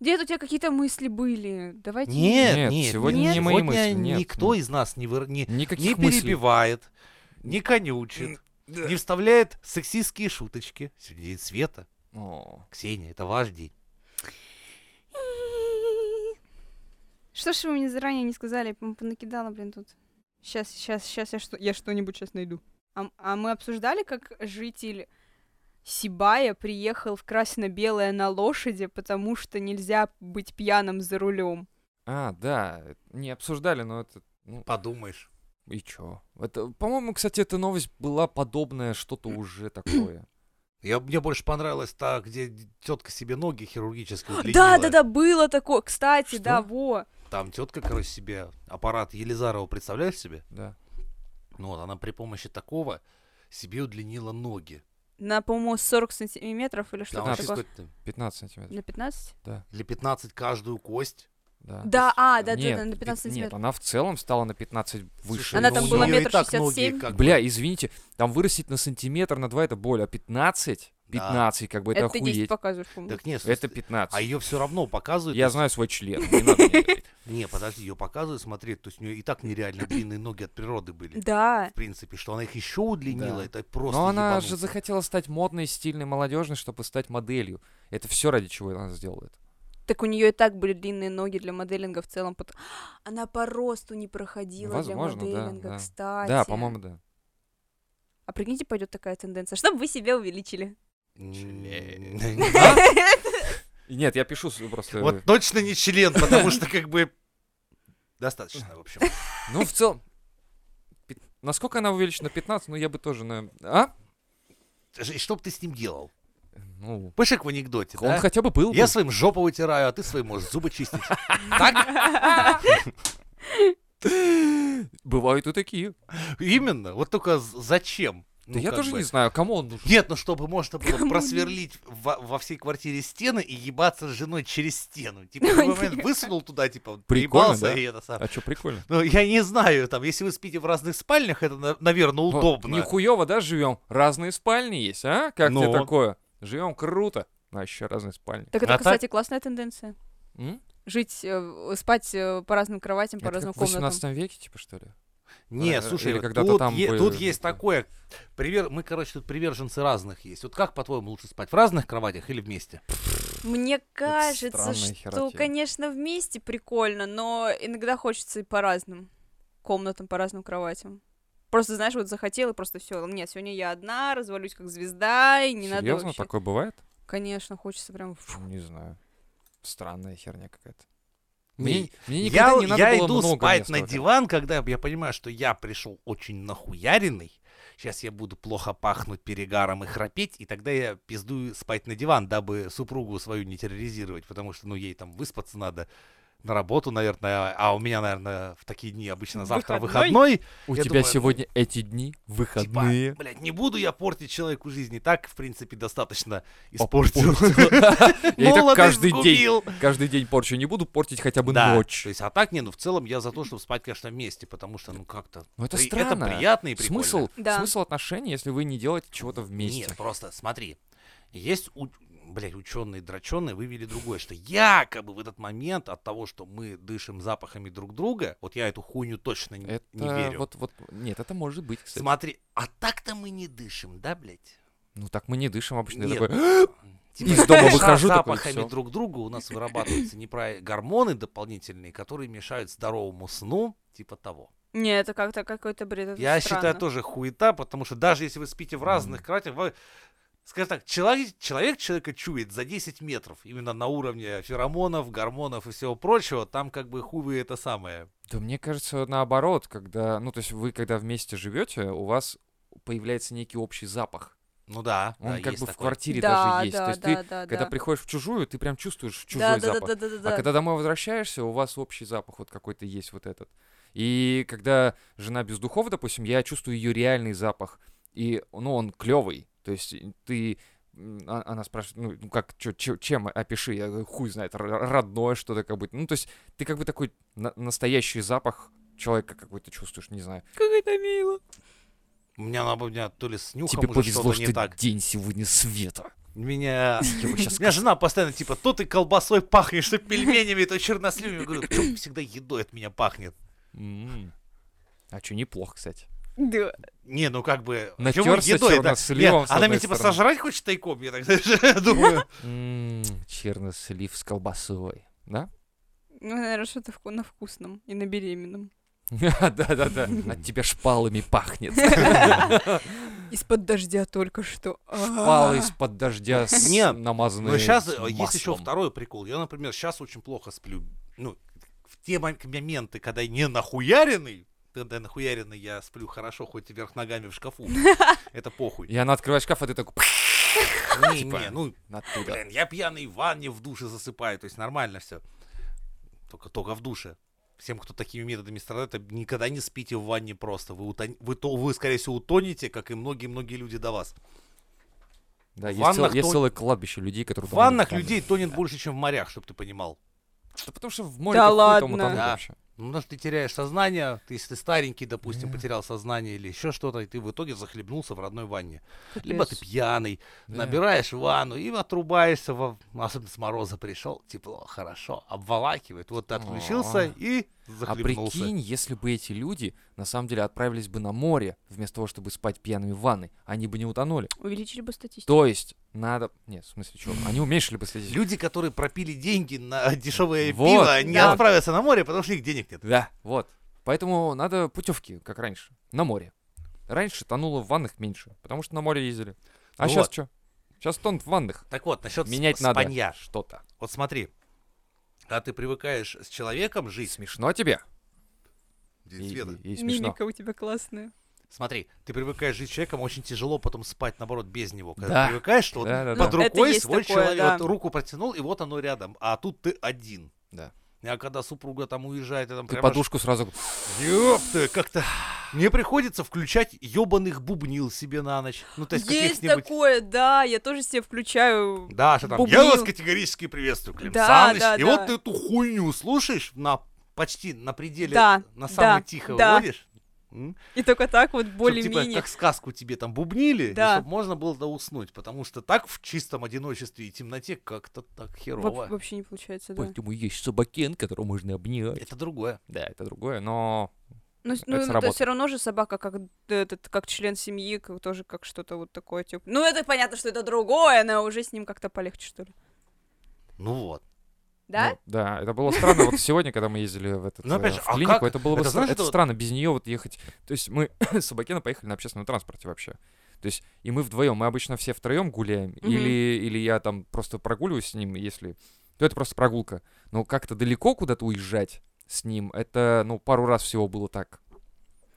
[SPEAKER 2] Дед, у тебя какие-то мысли были. Давайте...
[SPEAKER 3] Нет, сегодня
[SPEAKER 1] нет,
[SPEAKER 3] не мои
[SPEAKER 1] сегодня
[SPEAKER 3] мысли, нет,
[SPEAKER 1] никто
[SPEAKER 3] нет.
[SPEAKER 1] из нас не, выр- не, не
[SPEAKER 3] Никаких мыслей. э.
[SPEAKER 1] перебивает, не конючит, не вставляет сексистские шуточки. Сегодня день света.
[SPEAKER 3] О,
[SPEAKER 1] Ксения, это ваш день.
[SPEAKER 2] Что ж вы мне заранее не сказали? Я по-моему, понакидала, блин, тут. Сейчас, сейчас, сейчас я, что- я что-нибудь сейчас найду. А, м- а мы обсуждали, как житель Сибая приехал в красно-белое на лошади, потому что нельзя быть пьяным за рулем.
[SPEAKER 3] А, да, не обсуждали, но это... Ну,
[SPEAKER 1] Подумаешь.
[SPEAKER 3] и чё? Это, по-моему, кстати, эта новость была подобная, что-то уже такое.
[SPEAKER 1] Я, мне больше понравилась та, где тетка себе ноги хирургически
[SPEAKER 2] Да,
[SPEAKER 1] удлинила.
[SPEAKER 2] да, да, было такое. Кстати,
[SPEAKER 3] Что?
[SPEAKER 2] да, во.
[SPEAKER 1] Там тетка, короче, себе аппарат Елизарова, представляешь себе?
[SPEAKER 3] Да.
[SPEAKER 1] Ну вот, она при помощи такого себе удлинила ноги.
[SPEAKER 2] На, по-моему, 40 сантиметров или
[SPEAKER 1] Там
[SPEAKER 2] что-то
[SPEAKER 1] вообще
[SPEAKER 3] Пятнадцать.
[SPEAKER 2] такое.
[SPEAKER 1] сколько-то,
[SPEAKER 3] пятнадцать сантиметров.
[SPEAKER 2] На 15?
[SPEAKER 1] Или 15 каждую кость.
[SPEAKER 3] Да. э,
[SPEAKER 2] Да, а, да, да,
[SPEAKER 3] Нет,
[SPEAKER 2] да, на
[SPEAKER 3] пи-
[SPEAKER 2] 15
[SPEAKER 3] Нет,
[SPEAKER 2] сантиметров.
[SPEAKER 3] она в целом стала на 15 выше.
[SPEAKER 1] Слушай,
[SPEAKER 2] Она
[SPEAKER 1] ну
[SPEAKER 2] там
[SPEAKER 1] у
[SPEAKER 2] была
[SPEAKER 1] неё и
[SPEAKER 2] метр
[SPEAKER 1] так
[SPEAKER 2] 67.
[SPEAKER 1] ноги как бы-
[SPEAKER 3] Бля, извините, там вырастить на сантиметр, на 2 это боль, а 15? 15, как бы это,
[SPEAKER 2] Это ты 10
[SPEAKER 3] охуеть.
[SPEAKER 2] показываешь, по-моему.
[SPEAKER 1] Так нет,
[SPEAKER 3] Это
[SPEAKER 1] слушай,
[SPEAKER 3] 15.
[SPEAKER 1] а ее все равно показывают.
[SPEAKER 3] Я
[SPEAKER 1] то
[SPEAKER 3] знаю свой член. не надо мне говорить.
[SPEAKER 1] есть- Не, подожди, ее показывают, смотри, то есть у нее и так нереально длинные ноги от природы были.
[SPEAKER 2] Да.
[SPEAKER 1] В принципе, что она их еще удлинила,
[SPEAKER 3] Да.
[SPEAKER 1] это просто
[SPEAKER 3] Но она
[SPEAKER 1] ебануто.
[SPEAKER 3] же захотела стать модной, стильной, молодежной, чтобы стать моделью. Это все ради чего она сделала это.
[SPEAKER 2] Так у нее и так были длинные ноги для моделинга в целом. пот- Она по росту не проходила
[SPEAKER 3] Возможно, да,
[SPEAKER 2] для моделинга,
[SPEAKER 3] да.
[SPEAKER 2] кстати.
[SPEAKER 3] Да, по-моему, да.
[SPEAKER 2] А прикиньте, пойдет такая тенденция, чтобы вы себя увеличили.
[SPEAKER 1] М,
[SPEAKER 3] Нет, я пишу с- просто... э,
[SPEAKER 1] Вот точно не член, потому что как бы достаточно, в общем.
[SPEAKER 3] Ну, в целом... пи- Насколько она увеличена? 15? Ну, я бы тоже на... А?
[SPEAKER 1] И что бы ты с ним делал?
[SPEAKER 3] Ну,
[SPEAKER 1] Помнишь, как в анекдоте,
[SPEAKER 3] он
[SPEAKER 1] да?
[SPEAKER 3] хотя бы был бы.
[SPEAKER 1] Я своим жопу вытираю, а ты своим можешь зубы чистить.
[SPEAKER 3] Бывают и такие.
[SPEAKER 1] Именно. Вот только з- зачем?
[SPEAKER 3] да
[SPEAKER 1] Ну,
[SPEAKER 3] я
[SPEAKER 1] как
[SPEAKER 3] тоже
[SPEAKER 1] бы.
[SPEAKER 3] не знаю, кому он нужен.
[SPEAKER 1] Нет, ну чтобы можно было
[SPEAKER 2] Кому
[SPEAKER 1] просверлить во, во всей квартире стены и ебаться с женой через стену. Типа, в любой момент высунул туда, типа,
[SPEAKER 3] Прикольно,
[SPEAKER 1] приебался
[SPEAKER 3] да?
[SPEAKER 1] и это сам.
[SPEAKER 3] А что, прикольно.
[SPEAKER 1] Ну, я не знаю, там, если вы спите в разных спальнях, это, наверное, удобно.
[SPEAKER 3] Нихуево, да, живем? Разные спальни есть, а? Как
[SPEAKER 1] Ну.
[SPEAKER 3] тебе такое? Живем круто. А еще разные спальни.
[SPEAKER 2] Так
[SPEAKER 1] А
[SPEAKER 2] это,
[SPEAKER 1] так-
[SPEAKER 2] кстати, классная тенденция.
[SPEAKER 3] М?
[SPEAKER 2] Жить, э, в- спать э, по разным кроватям, по
[SPEAKER 3] Это
[SPEAKER 2] разным
[SPEAKER 3] как в 18
[SPEAKER 2] комнатам.
[SPEAKER 3] веке, типа, что ли?
[SPEAKER 1] Не,
[SPEAKER 3] Э,
[SPEAKER 1] слушай,
[SPEAKER 3] или
[SPEAKER 1] вот
[SPEAKER 3] когда-то
[SPEAKER 1] тут,
[SPEAKER 3] там
[SPEAKER 1] е-
[SPEAKER 3] были
[SPEAKER 1] тут есть
[SPEAKER 3] эти-
[SPEAKER 1] такое. Привер... Мы, короче, тут приверженцы разных есть. Вот как, по-твоему, лучше спать? В разных кроватях или вместе?
[SPEAKER 2] Мне кажется,
[SPEAKER 3] странная
[SPEAKER 2] что,
[SPEAKER 3] херотень.
[SPEAKER 2] конечно, вместе прикольно, но иногда хочется и по разным комнатам, по разным кроватям. Просто, знаешь, вот захотела и просто все. Нет, сегодня я одна, развалюсь как звезда, и не надо
[SPEAKER 3] Серьезно,
[SPEAKER 2] вообще.
[SPEAKER 3] такое бывает?
[SPEAKER 2] Конечно, хочется прям... фу.
[SPEAKER 3] Не знаю. Странная херня какая-то.
[SPEAKER 1] Не,
[SPEAKER 3] Мне, мне никогда
[SPEAKER 1] я
[SPEAKER 3] не надо
[SPEAKER 1] я
[SPEAKER 3] было
[SPEAKER 1] иду
[SPEAKER 3] много
[SPEAKER 1] спать
[SPEAKER 3] места
[SPEAKER 1] на
[SPEAKER 3] вокруг.
[SPEAKER 1] диван, когда я понимаю, что я пришел очень нахуяренный. Сейчас я буду плохо пахнуть перегаром и храпеть, и тогда я пиздую спать на диван, дабы супругу свою не терроризировать, потому что, ну, ей там выспаться надо, на работу, наверное, а у меня, наверное, в такие дни обычно завтра
[SPEAKER 2] Выходной?
[SPEAKER 1] выходной,
[SPEAKER 3] У
[SPEAKER 1] Я
[SPEAKER 3] тебя
[SPEAKER 1] думаю,
[SPEAKER 3] сегодня эти дни
[SPEAKER 1] Типа,
[SPEAKER 3] выходные.
[SPEAKER 1] блядь, не буду я портить человеку жизнь. И так, в принципе, достаточно испортил.
[SPEAKER 3] Я и так
[SPEAKER 1] Молодость
[SPEAKER 3] каждый день,
[SPEAKER 1] сгубил.
[SPEAKER 3] каждый день порчу не буду, портить хотя бы
[SPEAKER 1] Да,
[SPEAKER 3] ночь.
[SPEAKER 1] то есть, а так, не, ну, в целом я за то, чтобы спать, конечно, вместе, потому что, ну, как-то...
[SPEAKER 3] Ну это
[SPEAKER 1] при-
[SPEAKER 3] странно.
[SPEAKER 1] Это приятно и прикольно.
[SPEAKER 3] смысл,
[SPEAKER 2] Да.
[SPEAKER 3] смысл отношений, если вы не делаете чего-то вместе.
[SPEAKER 1] Нет, просто смотри. Есть, у... блядь, ученые драченые вывели другое, что якобы в этот момент от того, что мы дышим запахами друг друга, вот я эту хуйню точно не,
[SPEAKER 3] это
[SPEAKER 1] не верю.
[SPEAKER 3] вот, вот, нет, это может быть, кстати.
[SPEAKER 1] Смотри, а так-то мы не дышим, да, блядь?
[SPEAKER 3] Ну так мы не дышим обычно. я
[SPEAKER 1] Нет.
[SPEAKER 3] такой,
[SPEAKER 1] Типа,
[SPEAKER 3] Из дома
[SPEAKER 1] дыша
[SPEAKER 3] выхожу, такой,
[SPEAKER 1] запахами
[SPEAKER 3] всё.
[SPEAKER 1] друг друга у нас вырабатываются неправильные гормоны дополнительные, которые мешают здоровому сну, типа того.
[SPEAKER 2] Не, это как-то какой-то бред. это
[SPEAKER 1] Я
[SPEAKER 2] странно.
[SPEAKER 1] считаю тоже хуета, потому что даже если вы спите в разных кроватях, вы, скажем так, человек, человек человека чует за 10 метров, именно на уровне феромонов, гормонов и всего прочего, там как бы хуй вы это самое.
[SPEAKER 3] Да мне кажется, наоборот, когда, ну то есть вы когда вместе живете, у вас появляется некий общий запах.
[SPEAKER 1] Ну да,
[SPEAKER 3] Он
[SPEAKER 1] да,
[SPEAKER 3] как
[SPEAKER 1] есть
[SPEAKER 3] бы в
[SPEAKER 1] такое.
[SPEAKER 3] квартире
[SPEAKER 2] да,
[SPEAKER 3] даже есть.
[SPEAKER 2] Да,
[SPEAKER 3] то есть
[SPEAKER 2] да,
[SPEAKER 3] ты,
[SPEAKER 2] да,
[SPEAKER 3] когда
[SPEAKER 2] да.
[SPEAKER 3] приходишь в чужую, ты прям чувствуешь чужой
[SPEAKER 2] да, да,
[SPEAKER 3] запах.
[SPEAKER 2] да, да, да, да,
[SPEAKER 3] А когда домой возвращаешься, у вас общий запах вот какой-то есть вот этот. И когда жена без духов, допустим, я чувствую ее реальный запах. И, ну, он клевый. То есть и ты... м, а- Она спрашивает, ну, ну как, чё- чё- чем, опиши, я говорю, хуй знает, р- родное что-то как будто. Ну, то есть ты как бы такой на- настоящий запах человека какой-то чувствуешь, не знаю.
[SPEAKER 2] Как это мило.
[SPEAKER 1] У меня, на- у меня то ли с нюхом
[SPEAKER 3] Тебе
[SPEAKER 1] уже
[SPEAKER 3] повезло,
[SPEAKER 1] что-то
[SPEAKER 3] что
[SPEAKER 1] не так.
[SPEAKER 3] день сегодня света.
[SPEAKER 1] Меня...
[SPEAKER 3] Я бы щас
[SPEAKER 1] У меня жена постоянно типа, то ты колбасой пахнешь, то пельменями, то чернослюми. Я говорю, «Чё всегда едой от меня пахнет.
[SPEAKER 3] М. А что, неплохо, кстати.
[SPEAKER 2] Да.
[SPEAKER 1] Не, ну как бы...
[SPEAKER 3] Натерся
[SPEAKER 1] чё вы едой, да?
[SPEAKER 3] черносливом,
[SPEAKER 1] Не,
[SPEAKER 3] с
[SPEAKER 1] Она
[SPEAKER 3] одной
[SPEAKER 1] меня типа
[SPEAKER 3] стороны.
[SPEAKER 1] сожрать хочет тайком, я так знаешь, думаю.
[SPEAKER 3] М, Чернослив с колбасой, да?
[SPEAKER 2] Ну, наверное, что-то вку- на вкусном и на беременном.
[SPEAKER 3] Да-да-да, от тебя шпалами пахнет.
[SPEAKER 2] Из-под дождя только что. А,
[SPEAKER 3] Шпалы из-под дождя с
[SPEAKER 1] Нет,
[SPEAKER 3] намазанные
[SPEAKER 1] Но сейчас
[SPEAKER 3] маслом.
[SPEAKER 1] ну, э, есть еще второй прикол. Я, например, сейчас очень плохо сплю. Ну, в те мом- моменты, когда я не нахуяренный, когда я нахуяренный, я сплю хорошо, хоть и вверх ногами в шкафу. Это похуй.
[SPEAKER 3] И она открывает шкаф, а ты такой «Пф,
[SPEAKER 1] Не,
[SPEAKER 3] типа,
[SPEAKER 1] не, ну,
[SPEAKER 3] оттуда.
[SPEAKER 1] блин, я пьяный в ванне, в душе засыпаю, то есть нормально все. Только, только в душе. Всем, кто такими методами страдает, об- никогда не спите в ванне просто. Вы, утон- вы, то, вы скорее всего, утонете, как и многие-многие люди до вас.
[SPEAKER 3] Да,
[SPEAKER 1] в
[SPEAKER 3] есть, цел-
[SPEAKER 1] ваннах
[SPEAKER 3] есть
[SPEAKER 1] тон-
[SPEAKER 3] целое кладбище людей, которые...
[SPEAKER 1] В
[SPEAKER 3] утонули
[SPEAKER 1] ваннах
[SPEAKER 3] там.
[SPEAKER 1] людей тонет больше, чем в морях, чтобы ты понимал.
[SPEAKER 3] Да потому что в море
[SPEAKER 2] Да
[SPEAKER 3] да ладно.
[SPEAKER 2] ладно.
[SPEAKER 1] Да.
[SPEAKER 3] вообще.
[SPEAKER 1] Ну, потому что ты теряешь сознание, ты, если ты старенький, допустим,
[SPEAKER 3] Да.
[SPEAKER 1] потерял сознание или еще что-то, и ты в итоге захлебнулся в родной ванне. Либо ты пьяный,
[SPEAKER 3] Да.
[SPEAKER 1] набираешь ванну и отрубаешься, во... особенно с мороза пришел, тепло, хорошо, обволакивает. Вот ты отключился
[SPEAKER 3] О.
[SPEAKER 1] и
[SPEAKER 3] А
[SPEAKER 1] захлебнулся.
[SPEAKER 3] прикинь, если бы эти люди на самом деле отправились бы на море, вместо того, чтобы спать пьяными в ванной, они бы не утонули.
[SPEAKER 2] Увеличили бы статистику.
[SPEAKER 3] То есть, надо... Нет, в смысле, что? Они уменьшили бы статистику.
[SPEAKER 1] Люди, которые пропили деньги на дешевое
[SPEAKER 3] Вот,
[SPEAKER 1] пиво, не
[SPEAKER 2] да.
[SPEAKER 1] отправятся на море, потому что их денег нет.
[SPEAKER 3] Да, вот. Поэтому надо путевки, как раньше, на море. Раньше тонуло в ваннах меньше, потому что на море ездили. А
[SPEAKER 1] Ну
[SPEAKER 3] сейчас
[SPEAKER 1] вот.
[SPEAKER 3] что? Сейчас тонут в ваннах.
[SPEAKER 1] Так вот, насчет
[SPEAKER 3] Менять надо
[SPEAKER 1] спанья.
[SPEAKER 3] что-то.
[SPEAKER 1] Вот смотри, когда ты привыкаешь с человеком жить,
[SPEAKER 3] Смешно тебе?
[SPEAKER 1] День
[SPEAKER 3] И-
[SPEAKER 1] света.
[SPEAKER 3] и- и смешно.
[SPEAKER 2] Мимика у тебя классная.
[SPEAKER 1] Смотри, ты привыкаешь жить с человеком, очень тяжело потом спать, наоборот, без него. Когда
[SPEAKER 3] Да.
[SPEAKER 1] ты привыкаешь, что вот
[SPEAKER 3] Да-да-да.
[SPEAKER 1] под
[SPEAKER 2] Ну, это
[SPEAKER 1] рукой
[SPEAKER 2] есть
[SPEAKER 1] свой
[SPEAKER 2] такое,
[SPEAKER 1] человек,
[SPEAKER 2] да.
[SPEAKER 1] вот руку протянул, и вот оно рядом. А тут ты один.
[SPEAKER 3] Да.
[SPEAKER 1] А когда супруга там уезжает, я там
[SPEAKER 3] Ты
[SPEAKER 1] Ну, прямо ж-
[SPEAKER 3] подушку сразу...
[SPEAKER 1] Ёпта, как-то... Мне приходится включать ёбаных бубнил себе на ночь. Ну, то есть,
[SPEAKER 2] Есть
[SPEAKER 1] каких-нибудь...
[SPEAKER 2] такое, да, я тоже себе включаю.
[SPEAKER 1] Да, что там, я
[SPEAKER 2] бубнил.
[SPEAKER 1] вас категорически приветствую, Клим
[SPEAKER 2] Да,
[SPEAKER 1] Саныч.
[SPEAKER 2] да,
[SPEAKER 1] и
[SPEAKER 2] да.
[SPEAKER 1] вот ты эту хуйню слушаешь на почти на пределе,
[SPEAKER 2] Да,
[SPEAKER 1] на
[SPEAKER 2] да,
[SPEAKER 1] самый тихо
[SPEAKER 2] да.
[SPEAKER 1] выводишь. М?
[SPEAKER 2] И только так вот
[SPEAKER 1] Чтоб,
[SPEAKER 2] более-менее.
[SPEAKER 1] типа, как сказку тебе там бубнили,
[SPEAKER 2] Да.
[SPEAKER 1] чтобы можно было да уснуть, потому что так в чистом одиночестве и темноте как-то так
[SPEAKER 2] Во-
[SPEAKER 1] херово.
[SPEAKER 2] вообще не получается, да.
[SPEAKER 3] Поэтому есть собакен, которого можно обнять.
[SPEAKER 1] Это другое.
[SPEAKER 3] Да, это другое, но...
[SPEAKER 2] Ну,
[SPEAKER 3] А это сработает.
[SPEAKER 2] все равно же собака как д- этот, как член семьи, как, тоже как что-то вот такое. Типа. Ну, это понятно, что это другое, но уже с ним как-то полегче, что ли.
[SPEAKER 1] Ну вот.
[SPEAKER 2] Да?
[SPEAKER 3] Ну, да, это было странно. Вот сегодня, когда мы ездили в, этот,
[SPEAKER 1] Ну, опять
[SPEAKER 3] э,
[SPEAKER 1] же,
[SPEAKER 3] в
[SPEAKER 1] а
[SPEAKER 3] клинику,
[SPEAKER 1] как?
[SPEAKER 3] это было бы
[SPEAKER 1] Это
[SPEAKER 3] стра-
[SPEAKER 1] знаешь,
[SPEAKER 3] это
[SPEAKER 1] что вот-
[SPEAKER 3] странно без нее вот ехать. То есть мы с Абакена поехали на общественном транспорте вообще. То есть и мы вдвоем, мы обычно все втроем гуляем,
[SPEAKER 2] Мгм.
[SPEAKER 3] или, или я там просто прогуливаюсь с ним, если... То это просто прогулка. Но как-то далеко куда-то уезжать с ним, это, ну, пару раз всего было так.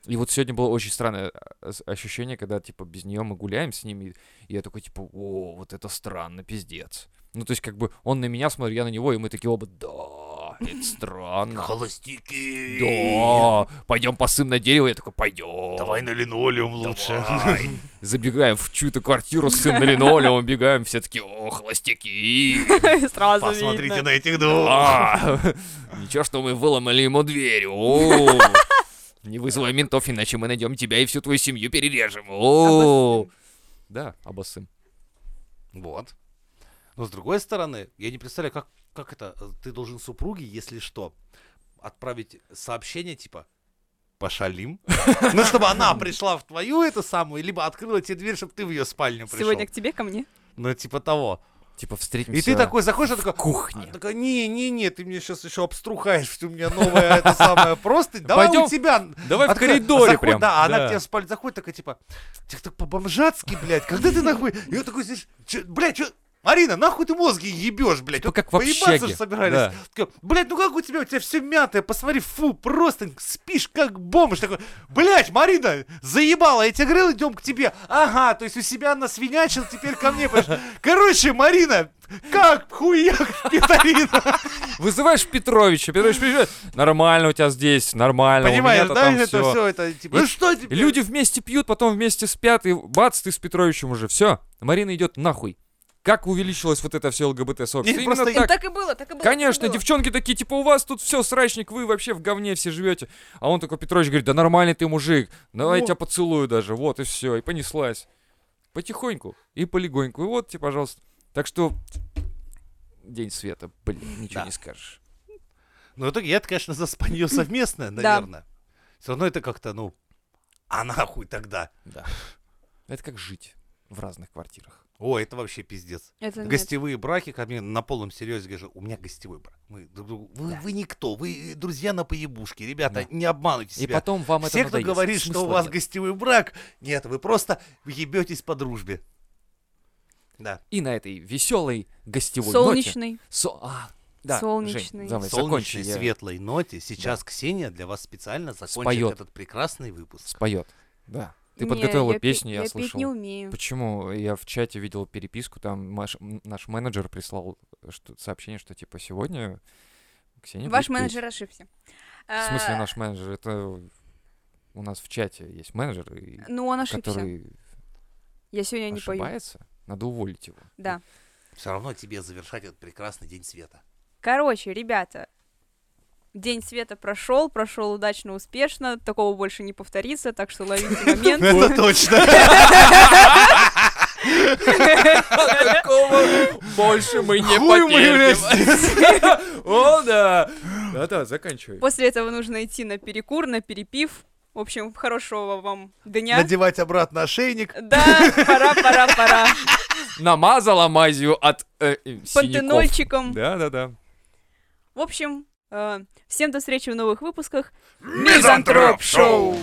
[SPEAKER 3] И вот сегодня было очень странное э, с- ощущение, когда, типа, без нее мы гуляем с ним, и, и я такой, типа, о, вот это странно, пиздец. Ну, то есть, как бы, он на меня смотрит, я на него, и мы такие оба, да, это странно.
[SPEAKER 1] Холостяки!
[SPEAKER 3] Да, пойдем посым на дерево, я такой, пойдем.
[SPEAKER 1] Давай на линолеум лучше.
[SPEAKER 3] Давай. Забегаем в чью-то квартиру с на линолеум, бегаем, все таки о, холостяки.
[SPEAKER 2] Сразу
[SPEAKER 1] Посмотрите
[SPEAKER 2] видно.
[SPEAKER 1] на этих двух.
[SPEAKER 3] А, Ничего, что мы выломали ему дверь. О, Не вызывай ментов, иначе мы найдем тебя и всю твою семью перережем. О,
[SPEAKER 2] А Обоссым.
[SPEAKER 3] Да, обоссым.
[SPEAKER 1] Вот. Но с другой стороны, я не представляю, как, как это, э, ты должен супруге, если что, отправить сообщение типа «пошалим», ну, чтобы она пришла в твою эту самую, либо открыла тебе дверь, чтобы ты в ее спальню пришел.
[SPEAKER 2] Сегодня к тебе, ко мне.
[SPEAKER 1] Ну, типа того.
[SPEAKER 3] Типа встретимся
[SPEAKER 1] И ты такой заходишь, а
[SPEAKER 3] в
[SPEAKER 1] такой...
[SPEAKER 3] кухне.
[SPEAKER 1] Она такая, не-не-не, ты мне сейчас еще обструхаешь, ты у меня новая это самое просто. Давай
[SPEAKER 3] Пойдем
[SPEAKER 1] у тебя.
[SPEAKER 3] Давай в
[SPEAKER 1] Откры-
[SPEAKER 3] коридоре
[SPEAKER 1] заход-
[SPEAKER 3] прям.
[SPEAKER 1] Да, а она
[SPEAKER 3] Да.
[SPEAKER 1] к тебе в спальню заходит, такая, типа, так так по-бомжатски, блядь, когда ты нахуй? Я такой, здесь, «Чё, блядь, чё- Марина, нахуй ты мозги ебешь, блядь?
[SPEAKER 3] Типа
[SPEAKER 1] Вот
[SPEAKER 3] как в
[SPEAKER 1] поебаться
[SPEAKER 3] общаге.
[SPEAKER 1] же собирались.
[SPEAKER 3] Да.
[SPEAKER 1] Такая, Блядь, ну как у тебя, у тебя все мятое, посмотри, фу, просто спишь как бомж. Такой, блядь, Марина, заебала, я тебе говорил, идем к тебе. Ага, то есть у себя она свинячила, теперь ко мне пошла. Короче, Марина, как хуяк в петарина.
[SPEAKER 3] Вызываешь Петровича, Петрович приезжает. Нормально у тебя здесь, нормально. у
[SPEAKER 1] Понимаешь,
[SPEAKER 3] меня-то
[SPEAKER 1] да,
[SPEAKER 3] там
[SPEAKER 1] это
[SPEAKER 3] всё».
[SPEAKER 1] все, это типа,
[SPEAKER 3] И-
[SPEAKER 1] ну что
[SPEAKER 3] И
[SPEAKER 1] тебе?
[SPEAKER 3] Люди вместе пьют, потом вместе спят, и бац, ты с Петровичем уже. Все, Марина идет нахуй. Как увеличилось вот это все
[SPEAKER 1] Нет,
[SPEAKER 3] ЛГБТ-сообщество? Именно
[SPEAKER 1] просто-
[SPEAKER 3] так.
[SPEAKER 2] Ну, так и было, так и было. так и
[SPEAKER 3] Конечно,
[SPEAKER 2] было.
[SPEAKER 3] девчонки такие, типа, у вас тут все срачник, вы вообще в говне все живете. А он такой, Петрович говорит, да нормальный ты мужик, давай я
[SPEAKER 1] Ну.
[SPEAKER 3] тебя поцелую даже, вот и все, и понеслась. Потихоньку и полегоньку, и вот тебе, пожалуйста. Так что, день света, блин, ничего
[SPEAKER 1] Да.
[SPEAKER 3] не скажешь.
[SPEAKER 1] Ну, в итоге я, конечно, за спанье совместное,
[SPEAKER 2] Да.
[SPEAKER 1] наверное. Все равно это как-то, ну, а нахуй тогда?
[SPEAKER 3] Да. Это как жить в разных квартирах.
[SPEAKER 1] О, это вообще пиздец.
[SPEAKER 2] Это нет.
[SPEAKER 1] Гостевые браки, ко мне на полном серьезе говорят, у меня гостевой брак. Мы друг другу, вы, вы никто, вы э, друзья на поебушке. Ребята,
[SPEAKER 3] Да.
[SPEAKER 1] не обманывайте
[SPEAKER 3] И
[SPEAKER 1] себя.
[SPEAKER 3] потом вам
[SPEAKER 1] Все,
[SPEAKER 3] это
[SPEAKER 1] кто
[SPEAKER 3] надоест.
[SPEAKER 1] говорит, что у
[SPEAKER 3] Смысла
[SPEAKER 1] вас
[SPEAKER 3] нет.
[SPEAKER 1] гостевой брак, нет, вы просто ебетесь по дружбе. Да.
[SPEAKER 3] И на этой веселой гостевой ноте...
[SPEAKER 2] Солнечный.
[SPEAKER 3] Со- а, да, Жень,
[SPEAKER 2] Солнечный.
[SPEAKER 3] давай, закончи,
[SPEAKER 1] Солнечной,
[SPEAKER 3] я-
[SPEAKER 1] светлой ноте сейчас Ксения для вас специально закончит
[SPEAKER 3] Споёт.
[SPEAKER 1] этот прекрасный выпуск.
[SPEAKER 3] споет. Да. Ты
[SPEAKER 2] Не,
[SPEAKER 3] подготовила
[SPEAKER 2] я пе-
[SPEAKER 3] песню, я,
[SPEAKER 2] я
[SPEAKER 3] слышал.
[SPEAKER 2] петь не умею.
[SPEAKER 3] Почему? Я в чате видел переписку, там маш- м, наш менеджер прислал э, что- сообщение, что типа сегодня Ксения
[SPEAKER 2] Ваш
[SPEAKER 3] будет петь.
[SPEAKER 2] менеджер ошибся.
[SPEAKER 3] В смысле
[SPEAKER 2] А,
[SPEAKER 3] наш менеджер? Это у нас в чате есть менеджер, и-
[SPEAKER 2] Ну, он ошибся.
[SPEAKER 3] который
[SPEAKER 2] Я сегодня не пою.
[SPEAKER 3] ошибается. Надо уволить его.
[SPEAKER 2] Да.
[SPEAKER 1] Все равно тебе завершать этот прекрасный день света.
[SPEAKER 2] Короче, ребята, День света прошел, прошел удачно, успешно, такого больше не повторится, так что ловите момент.
[SPEAKER 1] Это точно.
[SPEAKER 3] Такого больше мы не
[SPEAKER 1] Хуй мы, блядь,
[SPEAKER 3] потерпим. О, да. Да-да, заканчивай.
[SPEAKER 2] После этого нужно идти на перекур, на перепив. В общем, хорошего вам дня.
[SPEAKER 1] Надевать обратно ошейник.
[SPEAKER 2] Да, пора, пора, пора.
[SPEAKER 3] Намазала мазью от э, э, синяков.
[SPEAKER 2] Пантенольчиком.
[SPEAKER 3] Да-да-да.
[SPEAKER 2] В общем, э, всем до встречи в новых выпусках.
[SPEAKER 1] Мизантроп Шоу!